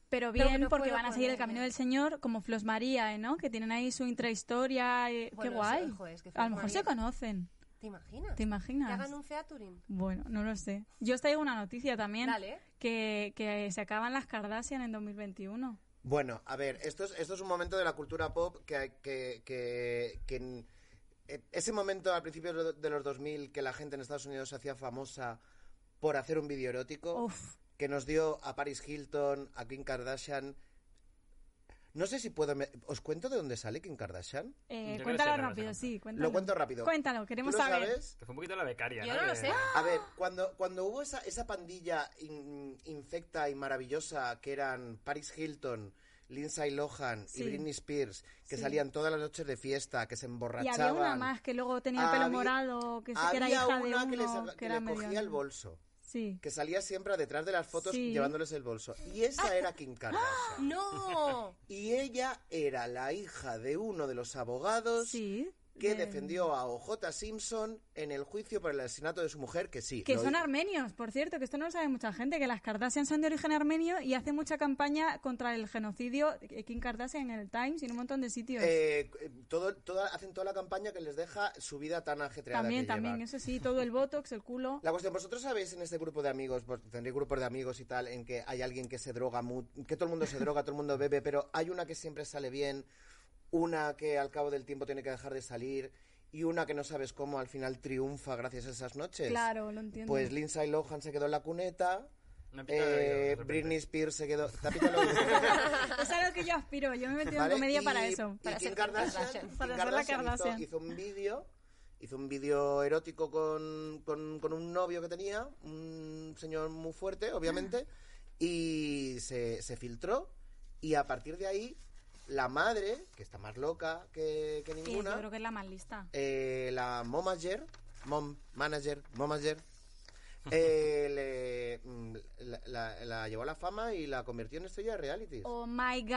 Speaker 1: Pero
Speaker 2: Pero
Speaker 1: bien,
Speaker 2: no
Speaker 1: porque
Speaker 2: puedo
Speaker 1: van a
Speaker 2: con
Speaker 1: seguir el
Speaker 2: ella.
Speaker 1: camino del Señor, como Flos María, ¿eh, ¿no? Que tienen ahí su intrahistoria. eh,
Speaker 2: Bueno,
Speaker 1: qué
Speaker 2: sí,
Speaker 1: guay.
Speaker 2: joder, es que
Speaker 1: a
Speaker 2: Flos
Speaker 1: lo mejor
Speaker 2: María.
Speaker 1: se conocen.
Speaker 2: ¿Te imaginas?
Speaker 1: ¿Te imaginas?
Speaker 2: Que hagan un featuring.
Speaker 1: Bueno, no lo sé. Yo os traigo una noticia también.
Speaker 2: Dale. ¿eh?
Speaker 1: Que, que se acaban las Kardashian en 2021.
Speaker 4: Bueno, a ver, esto es, esto es un momento de la cultura pop que, hay- que, que, que en- eh, ese momento al principio de los- de los 2000 que la gente en Estados Unidos se hacía famosa por hacer un vídeo erótico
Speaker 1: Uf.
Speaker 4: que nos dio a Paris Hilton, a Kim Kardashian. No sé si puedo... me- ¿Os cuento de dónde sale Kim Kardashian?
Speaker 1: Eh,
Speaker 5: Yo creo que
Speaker 1: cuéntalo
Speaker 5: sí, no lo
Speaker 1: rápido,
Speaker 5: sé.
Speaker 1: sí, cuéntalo.
Speaker 4: Lo cuento rápido.
Speaker 1: Cuéntalo,
Speaker 4: ¿Tú
Speaker 1: queremos
Speaker 4: lo
Speaker 1: saber.
Speaker 4: sabes?
Speaker 5: Que fue un poquito la becaria.
Speaker 2: Yo no lo
Speaker 5: Que-
Speaker 2: sé.
Speaker 4: A ver, cuando, cuando hubo esa, esa pandilla in- infecta y maravillosa que eran Paris Hilton, Lindsay Lohan
Speaker 1: Sí.
Speaker 4: y Britney Spears, que
Speaker 1: Sí.
Speaker 4: salían todas las noches de fiesta, que se
Speaker 1: Y
Speaker 4: emborrachaban.
Speaker 1: había una más que luego tenía el pelo
Speaker 4: Había-
Speaker 1: morado, que, sí que era
Speaker 4: Había
Speaker 1: hija de
Speaker 4: una
Speaker 1: uno,
Speaker 4: que les, aga-
Speaker 1: que
Speaker 4: que
Speaker 1: era
Speaker 4: le
Speaker 1: medio
Speaker 4: cogía el
Speaker 1: árabe.
Speaker 4: bolso,
Speaker 1: Sí.
Speaker 4: que salía siempre detrás de las fotos
Speaker 1: Sí.
Speaker 4: llevándoles el bolso. Y esa era Kim Kardashian.
Speaker 2: ¡No!
Speaker 4: Y ella era la hija de uno de los abogados
Speaker 1: Sí.
Speaker 4: que
Speaker 1: de-
Speaker 4: defendió a OJ Simpson en el juicio por el asesinato de su mujer, que sí.
Speaker 1: Que
Speaker 4: lo
Speaker 1: son
Speaker 4: hizo.
Speaker 1: armenios, por cierto, que esto no lo sabe mucha gente, que las Kardashian son de origen armenio y hace mucha campaña contra el genocidio eh, Kim Kardashian en el Times y en un montón de sitios.
Speaker 4: Eh, eh, todo, toda- hacen toda la campaña que les deja su vida tan ajetreada.
Speaker 1: también,
Speaker 4: que
Speaker 1: también,
Speaker 4: llevan.
Speaker 1: eso sí, todo el botox, el culo.
Speaker 4: La cuestión, vosotros sabéis en este grupo de amigos, vos tendréis grupos de amigos y tal, en que hay alguien que se droga, mu- que todo el mundo se droga, todo el mundo bebe, pero hay una que siempre sale bien, una que al cabo del tiempo tiene que dejar de salir y una que no sabes cómo al final triunfa gracias a esas noches.
Speaker 1: Claro, lo entiendo.
Speaker 4: Pues Lindsay Lohan se quedó en la cuneta.
Speaker 5: Una pica de oído, de
Speaker 4: eh,
Speaker 5: repente.
Speaker 4: Britney Spears se quedó. tapita el oído.
Speaker 1: es a lo que yo aspiro. Yo me he metido
Speaker 4: ¿Vale?
Speaker 1: en comedia
Speaker 4: Y-
Speaker 1: para eso.
Speaker 4: y
Speaker 2: para
Speaker 4: Kim
Speaker 2: ser
Speaker 4: Kardashian,
Speaker 2: Kardashian.
Speaker 4: Kim
Speaker 1: Para ser la
Speaker 4: Kardashian hizo-
Speaker 1: Kardashian.
Speaker 4: Hizo, un vídeo, hizo un vídeo erótico con, con, con un novio que tenía, un señor muy fuerte, obviamente,
Speaker 1: Ah.
Speaker 4: y se, se filtró. Y a partir de ahí, la madre, que está más loca que, que
Speaker 1: Y yo
Speaker 4: ninguna,
Speaker 1: creo que es la más lista.
Speaker 4: eh, la momager, mom manager, momager, eh, le- mm, la, la- la llevó a la fama y la convirtió en estrella de reality.
Speaker 1: Oh my god.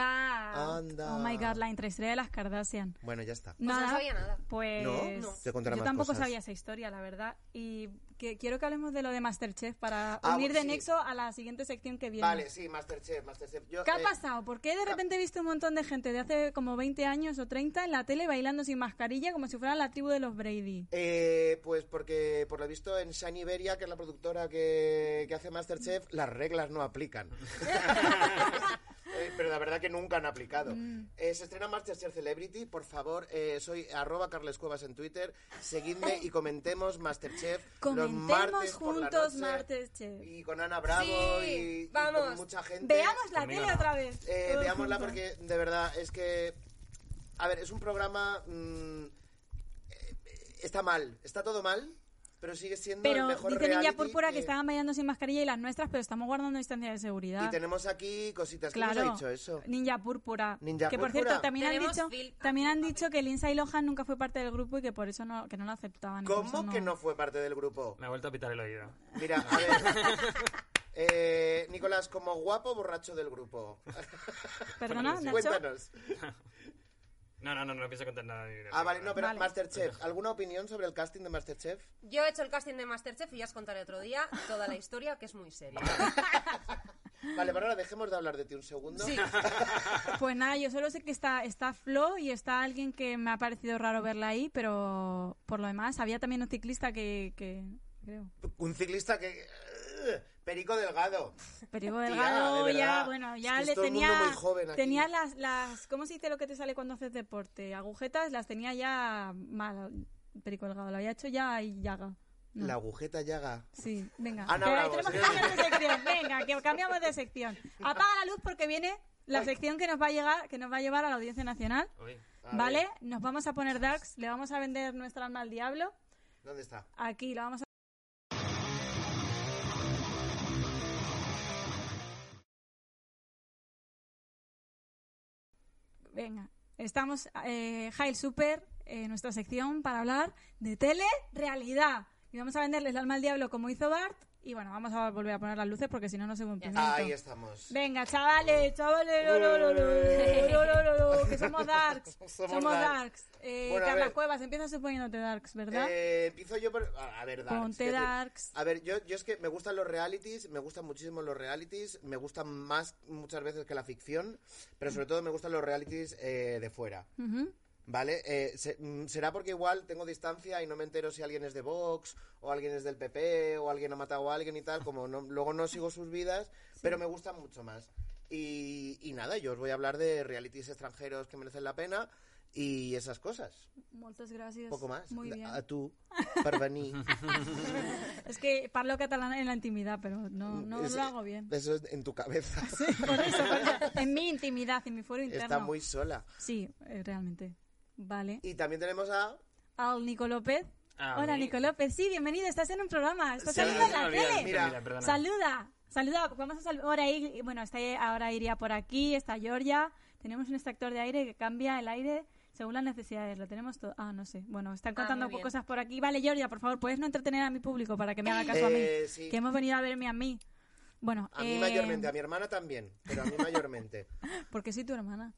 Speaker 4: Anda.
Speaker 1: Oh my god, la intrahistoria de las Kardashian.
Speaker 4: Bueno, ya está.
Speaker 2: Pues no sabía nada.
Speaker 1: Pues
Speaker 4: No, no. Te contará
Speaker 1: yo
Speaker 4: más
Speaker 1: tampoco
Speaker 4: cosas.
Speaker 1: sabía esa historia, la verdad. Y que, quiero que hablemos de lo de Masterchef para
Speaker 4: Ah,
Speaker 1: unir
Speaker 4: bueno,
Speaker 1: de
Speaker 4: sí.
Speaker 1: nexo a la siguiente sección que viene.
Speaker 4: Vale, sí, Masterchef, Masterchef. Yo,
Speaker 1: ¿Qué ha
Speaker 4: eh,
Speaker 1: pasado? ¿Por qué de repente he visto un montón de gente de hace como 20 años o 30 en la tele bailando sin mascarilla como si fueran la tribu de los Brady?
Speaker 4: Eh, pues porque, por lo visto, en Shani Iberia, que es la productora que, que hace
Speaker 1: Mm.
Speaker 4: Masterchef, las reglas no aplican. Eh, Pero la verdad que nunca han aplicado.
Speaker 1: Mm.
Speaker 4: Eh, se estrena Masterchef Celebrity, por favor, eh, soy arroba Carles Cuevas en Twitter, seguidme y comentemos Masterchef los martes
Speaker 1: Comentemos
Speaker 4: por la
Speaker 1: juntos
Speaker 4: noche,
Speaker 1: Masterchef.
Speaker 4: Y con Ana Bravo
Speaker 2: Sí,
Speaker 4: y, y
Speaker 2: vamos.
Speaker 4: con mucha gente.
Speaker 1: Veamos la
Speaker 5: Conmigo
Speaker 1: tele
Speaker 5: no.
Speaker 1: otra vez.
Speaker 4: Eh,
Speaker 1: Todos
Speaker 4: veámosla
Speaker 1: juntos.
Speaker 4: porque de verdad es que. A ver, es un programa. mm, eh, está mal, está todo mal, pero sigue siendo el
Speaker 1: Pero
Speaker 4: mejor
Speaker 1: dice Ninja
Speaker 4: reality
Speaker 1: Púrpura que...
Speaker 4: que-
Speaker 1: estaban bailando sin mascarilla y las nuestras, pero estamos guardando distancia de seguridad.
Speaker 4: Y tenemos aquí cositas. ¿Quién
Speaker 1: Claro.
Speaker 4: nos ha dicho eso?
Speaker 1: Ninja Púrpura.
Speaker 4: Ninja
Speaker 1: que por
Speaker 4: Púrpura.
Speaker 1: cierto, también han,
Speaker 2: Tenemos
Speaker 1: dicho,
Speaker 2: fil-
Speaker 1: también han dicho que Lindsay Lohan nunca fue parte del grupo y que por eso no, que no la aceptaban. y por eso
Speaker 4: ¿Cómo que no fue parte del grupo?
Speaker 5: Me ha vuelto a pitar el oído.
Speaker 4: Mira, a ver. Eh, Nicolás, como guapo borracho del grupo.
Speaker 1: Perdona, Nacho.
Speaker 4: Cuéntanos.
Speaker 5: No, no, no, no pienso contar nada de mi vida.
Speaker 4: Ah, vale, no, pero
Speaker 1: Vale.
Speaker 4: Masterchef. ¿Alguna opinión sobre el casting de Masterchef?
Speaker 2: Yo he hecho el casting de Masterchef y ya os contaré otro día toda la historia, que es muy seria.
Speaker 4: Vale, pero ahora dejemos de hablar de ti un segundo.
Speaker 2: Sí.
Speaker 1: Pues nada, yo solo sé que está, está Flo y está alguien que me ha parecido raro verla ahí, pero por lo demás, había también un ciclista que. que creo.
Speaker 4: Un ciclista que. eh, Perico Delgado.
Speaker 1: Perigo
Speaker 4: Tía,
Speaker 1: Delgado,
Speaker 4: de verdad.
Speaker 1: ya, bueno, ya
Speaker 4: Es que
Speaker 1: le
Speaker 4: es todo el mundo
Speaker 1: tenía.
Speaker 4: muy joven aquí.
Speaker 1: Tenía las, las. ¿Cómo se dice lo que te sale cuando haces deporte? Agujetas, las tenía ya mal. Perico Delgado, lo había hecho ya y llaga. No.
Speaker 4: La agujeta llaga.
Speaker 1: Sí, venga.
Speaker 4: Ana
Speaker 1: Que
Speaker 4: Bravo,
Speaker 1: tenemos que
Speaker 4: señora.
Speaker 1: cambiar de sección. Venga, que cambiamos de sección. Apaga la luz porque viene la sección que nos va a llegar, que nos va a llevar a la audiencia nacional.
Speaker 5: Uy.
Speaker 4: A
Speaker 1: ¿Vale?
Speaker 4: ver,
Speaker 1: Nos vamos a poner Darks, le vamos a vender nuestra alma al diablo.
Speaker 4: ¿Dónde está?
Speaker 1: Aquí la vamos a. Venga, estamos, eh, Jail Super, en nuestra sección para hablar de tele-realidad. Y vamos a venderles el alma al diablo como hizo Bart. Y bueno, vamos a volver a poner las luces porque si no, no se buen
Speaker 4: Ahí estamos.
Speaker 1: Venga, chavales, chavales, lo, lo, lo, lo, lo, lo, lo, lo, que somos darks.
Speaker 4: Somos
Speaker 1: Somos,
Speaker 4: darks.
Speaker 1: darks. Eh,
Speaker 4: Bueno, a
Speaker 1: Carla
Speaker 4: ver.
Speaker 1: Cuevas, empieza suponiéndote darks, ¿verdad?
Speaker 4: Eh, empiezo yo por... A a ver, Darks.
Speaker 1: Ponte
Speaker 4: quiero decir,
Speaker 1: Darks.
Speaker 4: A ver, yo, yo es que me gustan los realities, me gustan muchísimo los realities, me gustan más muchas veces que la ficción, pero sobre todo me gustan los realities eh, de fuera.
Speaker 1: Ujú.
Speaker 4: ¿Vale? Eh, se- mm, será porque igual tengo distancia y no me entero si alguien es de Vox o alguien es del PP o alguien ha matado a alguien y tal, como no- luego no sigo sus vidas, pero me gustan mucho más. Y, y nada, yo os voy a hablar de realities extranjeros que merecen la pena y esas cosas.
Speaker 1: Moltes gràcies.
Speaker 4: Poco más.
Speaker 1: Muy bien.
Speaker 4: A tú, per venir.
Speaker 1: Es que parlo catalán en la intimidad, pero no, no
Speaker 4: Es-
Speaker 1: lo hago bien.
Speaker 4: Eso es en tu cabeza.
Speaker 1: Por eso, por eso, en mi intimidad, en mi fuero interno.
Speaker 4: Está muy sola.
Speaker 1: Sí, eh, realmente. Vale.
Speaker 4: Y también tenemos a...
Speaker 1: Al Nico López.
Speaker 5: A
Speaker 1: Hola,
Speaker 5: mí.
Speaker 1: Nico López. Sí, bienvenido. Estás en un programa. Estás
Speaker 4: Sí,
Speaker 1: saliendo en
Speaker 5: se me
Speaker 1: la
Speaker 5: olvida,
Speaker 1: tele.
Speaker 5: se me
Speaker 4: Mira.
Speaker 5: olvida, perdona.
Speaker 1: Saluda, saluda, vamos a saludar. Ahora, ir- bueno, está, ahora iría por aquí, está Georgia. Tenemos un extractor de aire que cambia el aire según las necesidades. Lo tenemos todo. Ah, no sé. Bueno, están contando
Speaker 2: muy bien.
Speaker 1: cosas por aquí. Vale, Georgia, por favor, puedes no entretener a mi público para que me haga caso a
Speaker 4: Eh,
Speaker 1: mí.
Speaker 4: sí.
Speaker 1: Que hemos venido a verme a mí. Bueno,
Speaker 4: A mí
Speaker 1: eh,
Speaker 4: mayormente, a mi hermana también, pero a mí mayormente.
Speaker 1: Porque soy tu hermana.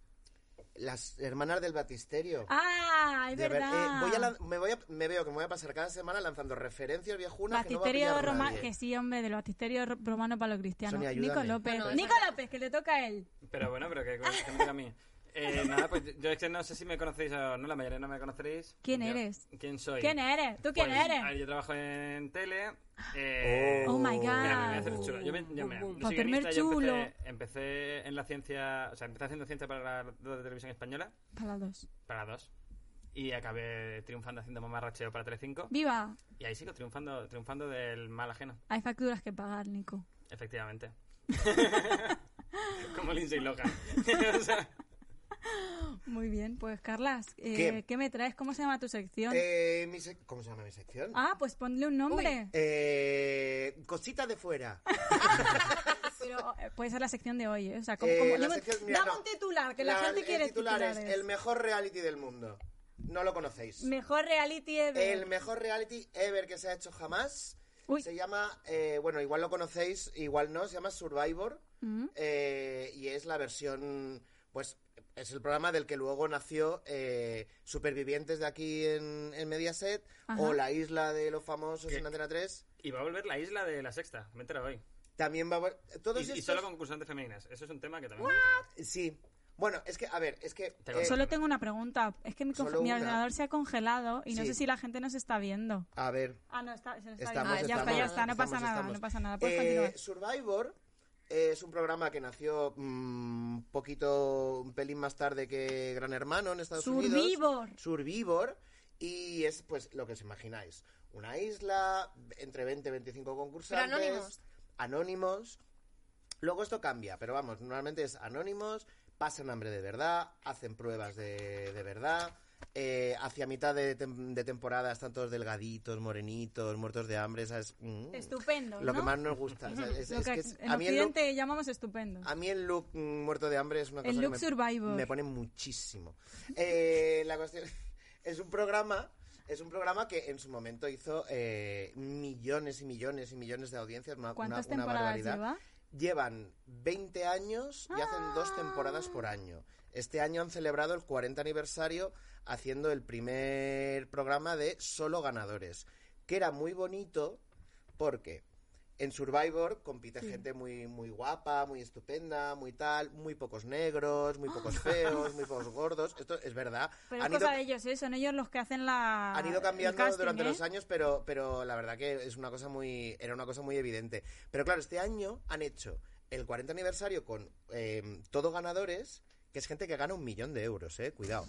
Speaker 4: Las hermanas del batisterio.
Speaker 1: ¡Ah! Es
Speaker 4: De ver-
Speaker 1: verdad.
Speaker 4: eh, voy a lan- me, voy a- me veo que me voy a pasar cada semana lanzando referencias viejunas que no va a
Speaker 1: Batisterio
Speaker 4: pillar
Speaker 1: romano.
Speaker 4: nadie.
Speaker 1: Que sí, hombre, de los batisterio ro- romano para los cristianos.
Speaker 4: Sonia,
Speaker 1: Nico
Speaker 4: ayúdame.
Speaker 1: López.
Speaker 2: Bueno,
Speaker 1: Nico López, que le toca a él.
Speaker 5: este Pero bueno, pero que, que me diga a mí. Eh, nada, pues yo es que no sé si me conocéis o no, la mayoría no me conoceréis.
Speaker 1: ¿Quién
Speaker 5: Yo-
Speaker 1: eres?
Speaker 5: ¿Quién soy?
Speaker 1: ¿Quién eres? ¿Tú quién
Speaker 5: Pues, a ver,
Speaker 1: eres?
Speaker 5: yo trabajo en tele. eh,
Speaker 1: Oh my
Speaker 5: Mira, me voy a
Speaker 1: god.
Speaker 5: hacer chulo. Yo, me, yo, me, yo
Speaker 1: Pa'
Speaker 5: soy
Speaker 1: hacerme el
Speaker 5: guionista, yo empecé,
Speaker 1: chulo.
Speaker 5: empecé en la ciencia, o sea, empecé haciendo ciencia para la radio de televisión española,
Speaker 1: Para dos.
Speaker 5: para dos. Y acabé triunfando haciendo mamarracheo para Telecinco.
Speaker 1: ¡Viva!
Speaker 5: Y ahí sigo triunfando, triunfando del mal ajeno,
Speaker 1: Hay facturas que pagar, Nico.
Speaker 5: efectivamente. Como Lindsay Lohan. O sea,
Speaker 1: Muy bien, pues Carlas, eh, ¿Qué?
Speaker 4: ¿Qué?
Speaker 1: me traes? ¿Cómo se llama tu sección?
Speaker 4: Eh, mi sec- ¿Cómo se llama mi sección?
Speaker 1: Ah, pues ponle un nombre.
Speaker 4: Eh, cosita de fuera.
Speaker 1: Pero eh, puede ser la sección de hoy, ¿eh? O sea, como,
Speaker 4: Eh,
Speaker 1: como-
Speaker 4: la
Speaker 1: yo me-
Speaker 4: sección- mira,
Speaker 1: dame
Speaker 4: no.
Speaker 1: un titular, que la, gente
Speaker 4: el
Speaker 1: quiere
Speaker 4: titular es
Speaker 1: titulares.
Speaker 4: el mejor reality del mundo. No lo conocéis.
Speaker 1: Mejor reality ever.
Speaker 4: El mejor reality ever que se ha hecho jamás.
Speaker 1: Uy.
Speaker 4: Se llama, eh, bueno, igual lo conocéis, igual no, se llama Survivor.
Speaker 1: Ujú.
Speaker 4: eh, y es la versión, pues, es el programa del que luego nació eh, Supervivientes de aquí en, en Mediaset
Speaker 1: Ajá.
Speaker 4: o La Isla de los Famosos
Speaker 5: ¿Qué?
Speaker 4: en Antena 3.
Speaker 5: y va a volver la isla de la sexta, me he enterado hoy.
Speaker 4: También va a... vol- Todos
Speaker 5: Y, y
Speaker 4: estos-
Speaker 5: solo concursantes femeninas. Eso es un tema que también...
Speaker 4: Sí. Bueno, es que, a ver, es que... eh,
Speaker 5: Te consigo.
Speaker 1: Solo tengo una pregunta. Es que mi, conge-
Speaker 4: Solo
Speaker 1: mi
Speaker 4: una.
Speaker 1: ordenador se ha congelado y no
Speaker 4: Sí.
Speaker 1: sé si la gente nos está viendo.
Speaker 4: a ver,
Speaker 1: Ah, no, está, se nos está
Speaker 4: Estamos,
Speaker 1: viendo. Ah, Ya
Speaker 2: estamos,
Speaker 1: está, ya está, no
Speaker 4: estamos,
Speaker 1: pasa nada,
Speaker 4: estamos.
Speaker 1: no pasa nada. Puedes
Speaker 4: Eh,
Speaker 1: continuar.
Speaker 4: Survivor eh, es un programa que nació mm, un poquito, un pelín más tarde que Gran Hermano en Estados Unidos.
Speaker 1: Survivor.
Speaker 4: Survivor. Y es, pues, lo que os imagináis. Una isla, entre 20 y 25 concursantes.
Speaker 2: anónimos.
Speaker 4: Anónimos. Luego esto cambia, pero vamos, normalmente es anónimos, pasan hambre de verdad, hacen pruebas de, de verdad. eh, hacia mitad de, tem- de temporada están todos delgaditos, morenitos, muertos de hambre, ¿sabes? Mm.
Speaker 1: Estupendo,
Speaker 4: Lo
Speaker 1: ¿no?
Speaker 4: que más nos gusta. o sea, es-
Speaker 1: Lo
Speaker 4: es
Speaker 1: que
Speaker 4: que es-
Speaker 1: en
Speaker 4: a, mí el look,
Speaker 1: Occidente llamamos estupendo.
Speaker 4: a mí el look mm, muerto de hambre es una
Speaker 1: El
Speaker 4: cosa que
Speaker 1: look
Speaker 4: me,
Speaker 1: Survivor.
Speaker 4: me pone muchísimo. Eh, la cuestión es un programa. Es un programa que en su momento hizo eh, millones y millones y millones de audiencias, una,
Speaker 1: ¿Cuántas
Speaker 4: una- una
Speaker 1: temporadas
Speaker 4: barbaridad.
Speaker 1: lleva?
Speaker 4: Llevan 20 años y hacen dos temporadas por año. Este año han celebrado el 40 aniversario haciendo el primer programa de solo ganadores, que era muy bonito porque en Survivor compite gente muy muy guapa, muy estupenda, muy tal, muy pocos negros, muy pocos feos, muy pocos gordos. Esto es verdad.
Speaker 1: Pero es
Speaker 4: Han
Speaker 1: cosa
Speaker 4: ido-
Speaker 1: de ellos, ¿eh? Son ellos los que hacen la.
Speaker 4: han
Speaker 1: el
Speaker 4: ido cambiando
Speaker 1: casting,
Speaker 4: durante
Speaker 1: ¿eh?
Speaker 4: los años, pero, pero la verdad que es una cosa muy, era una cosa muy evidente. Pero claro, este año han hecho el 40 aniversario con eh, todo ganadores, que es gente que gana un millón de euros, eh, cuidado.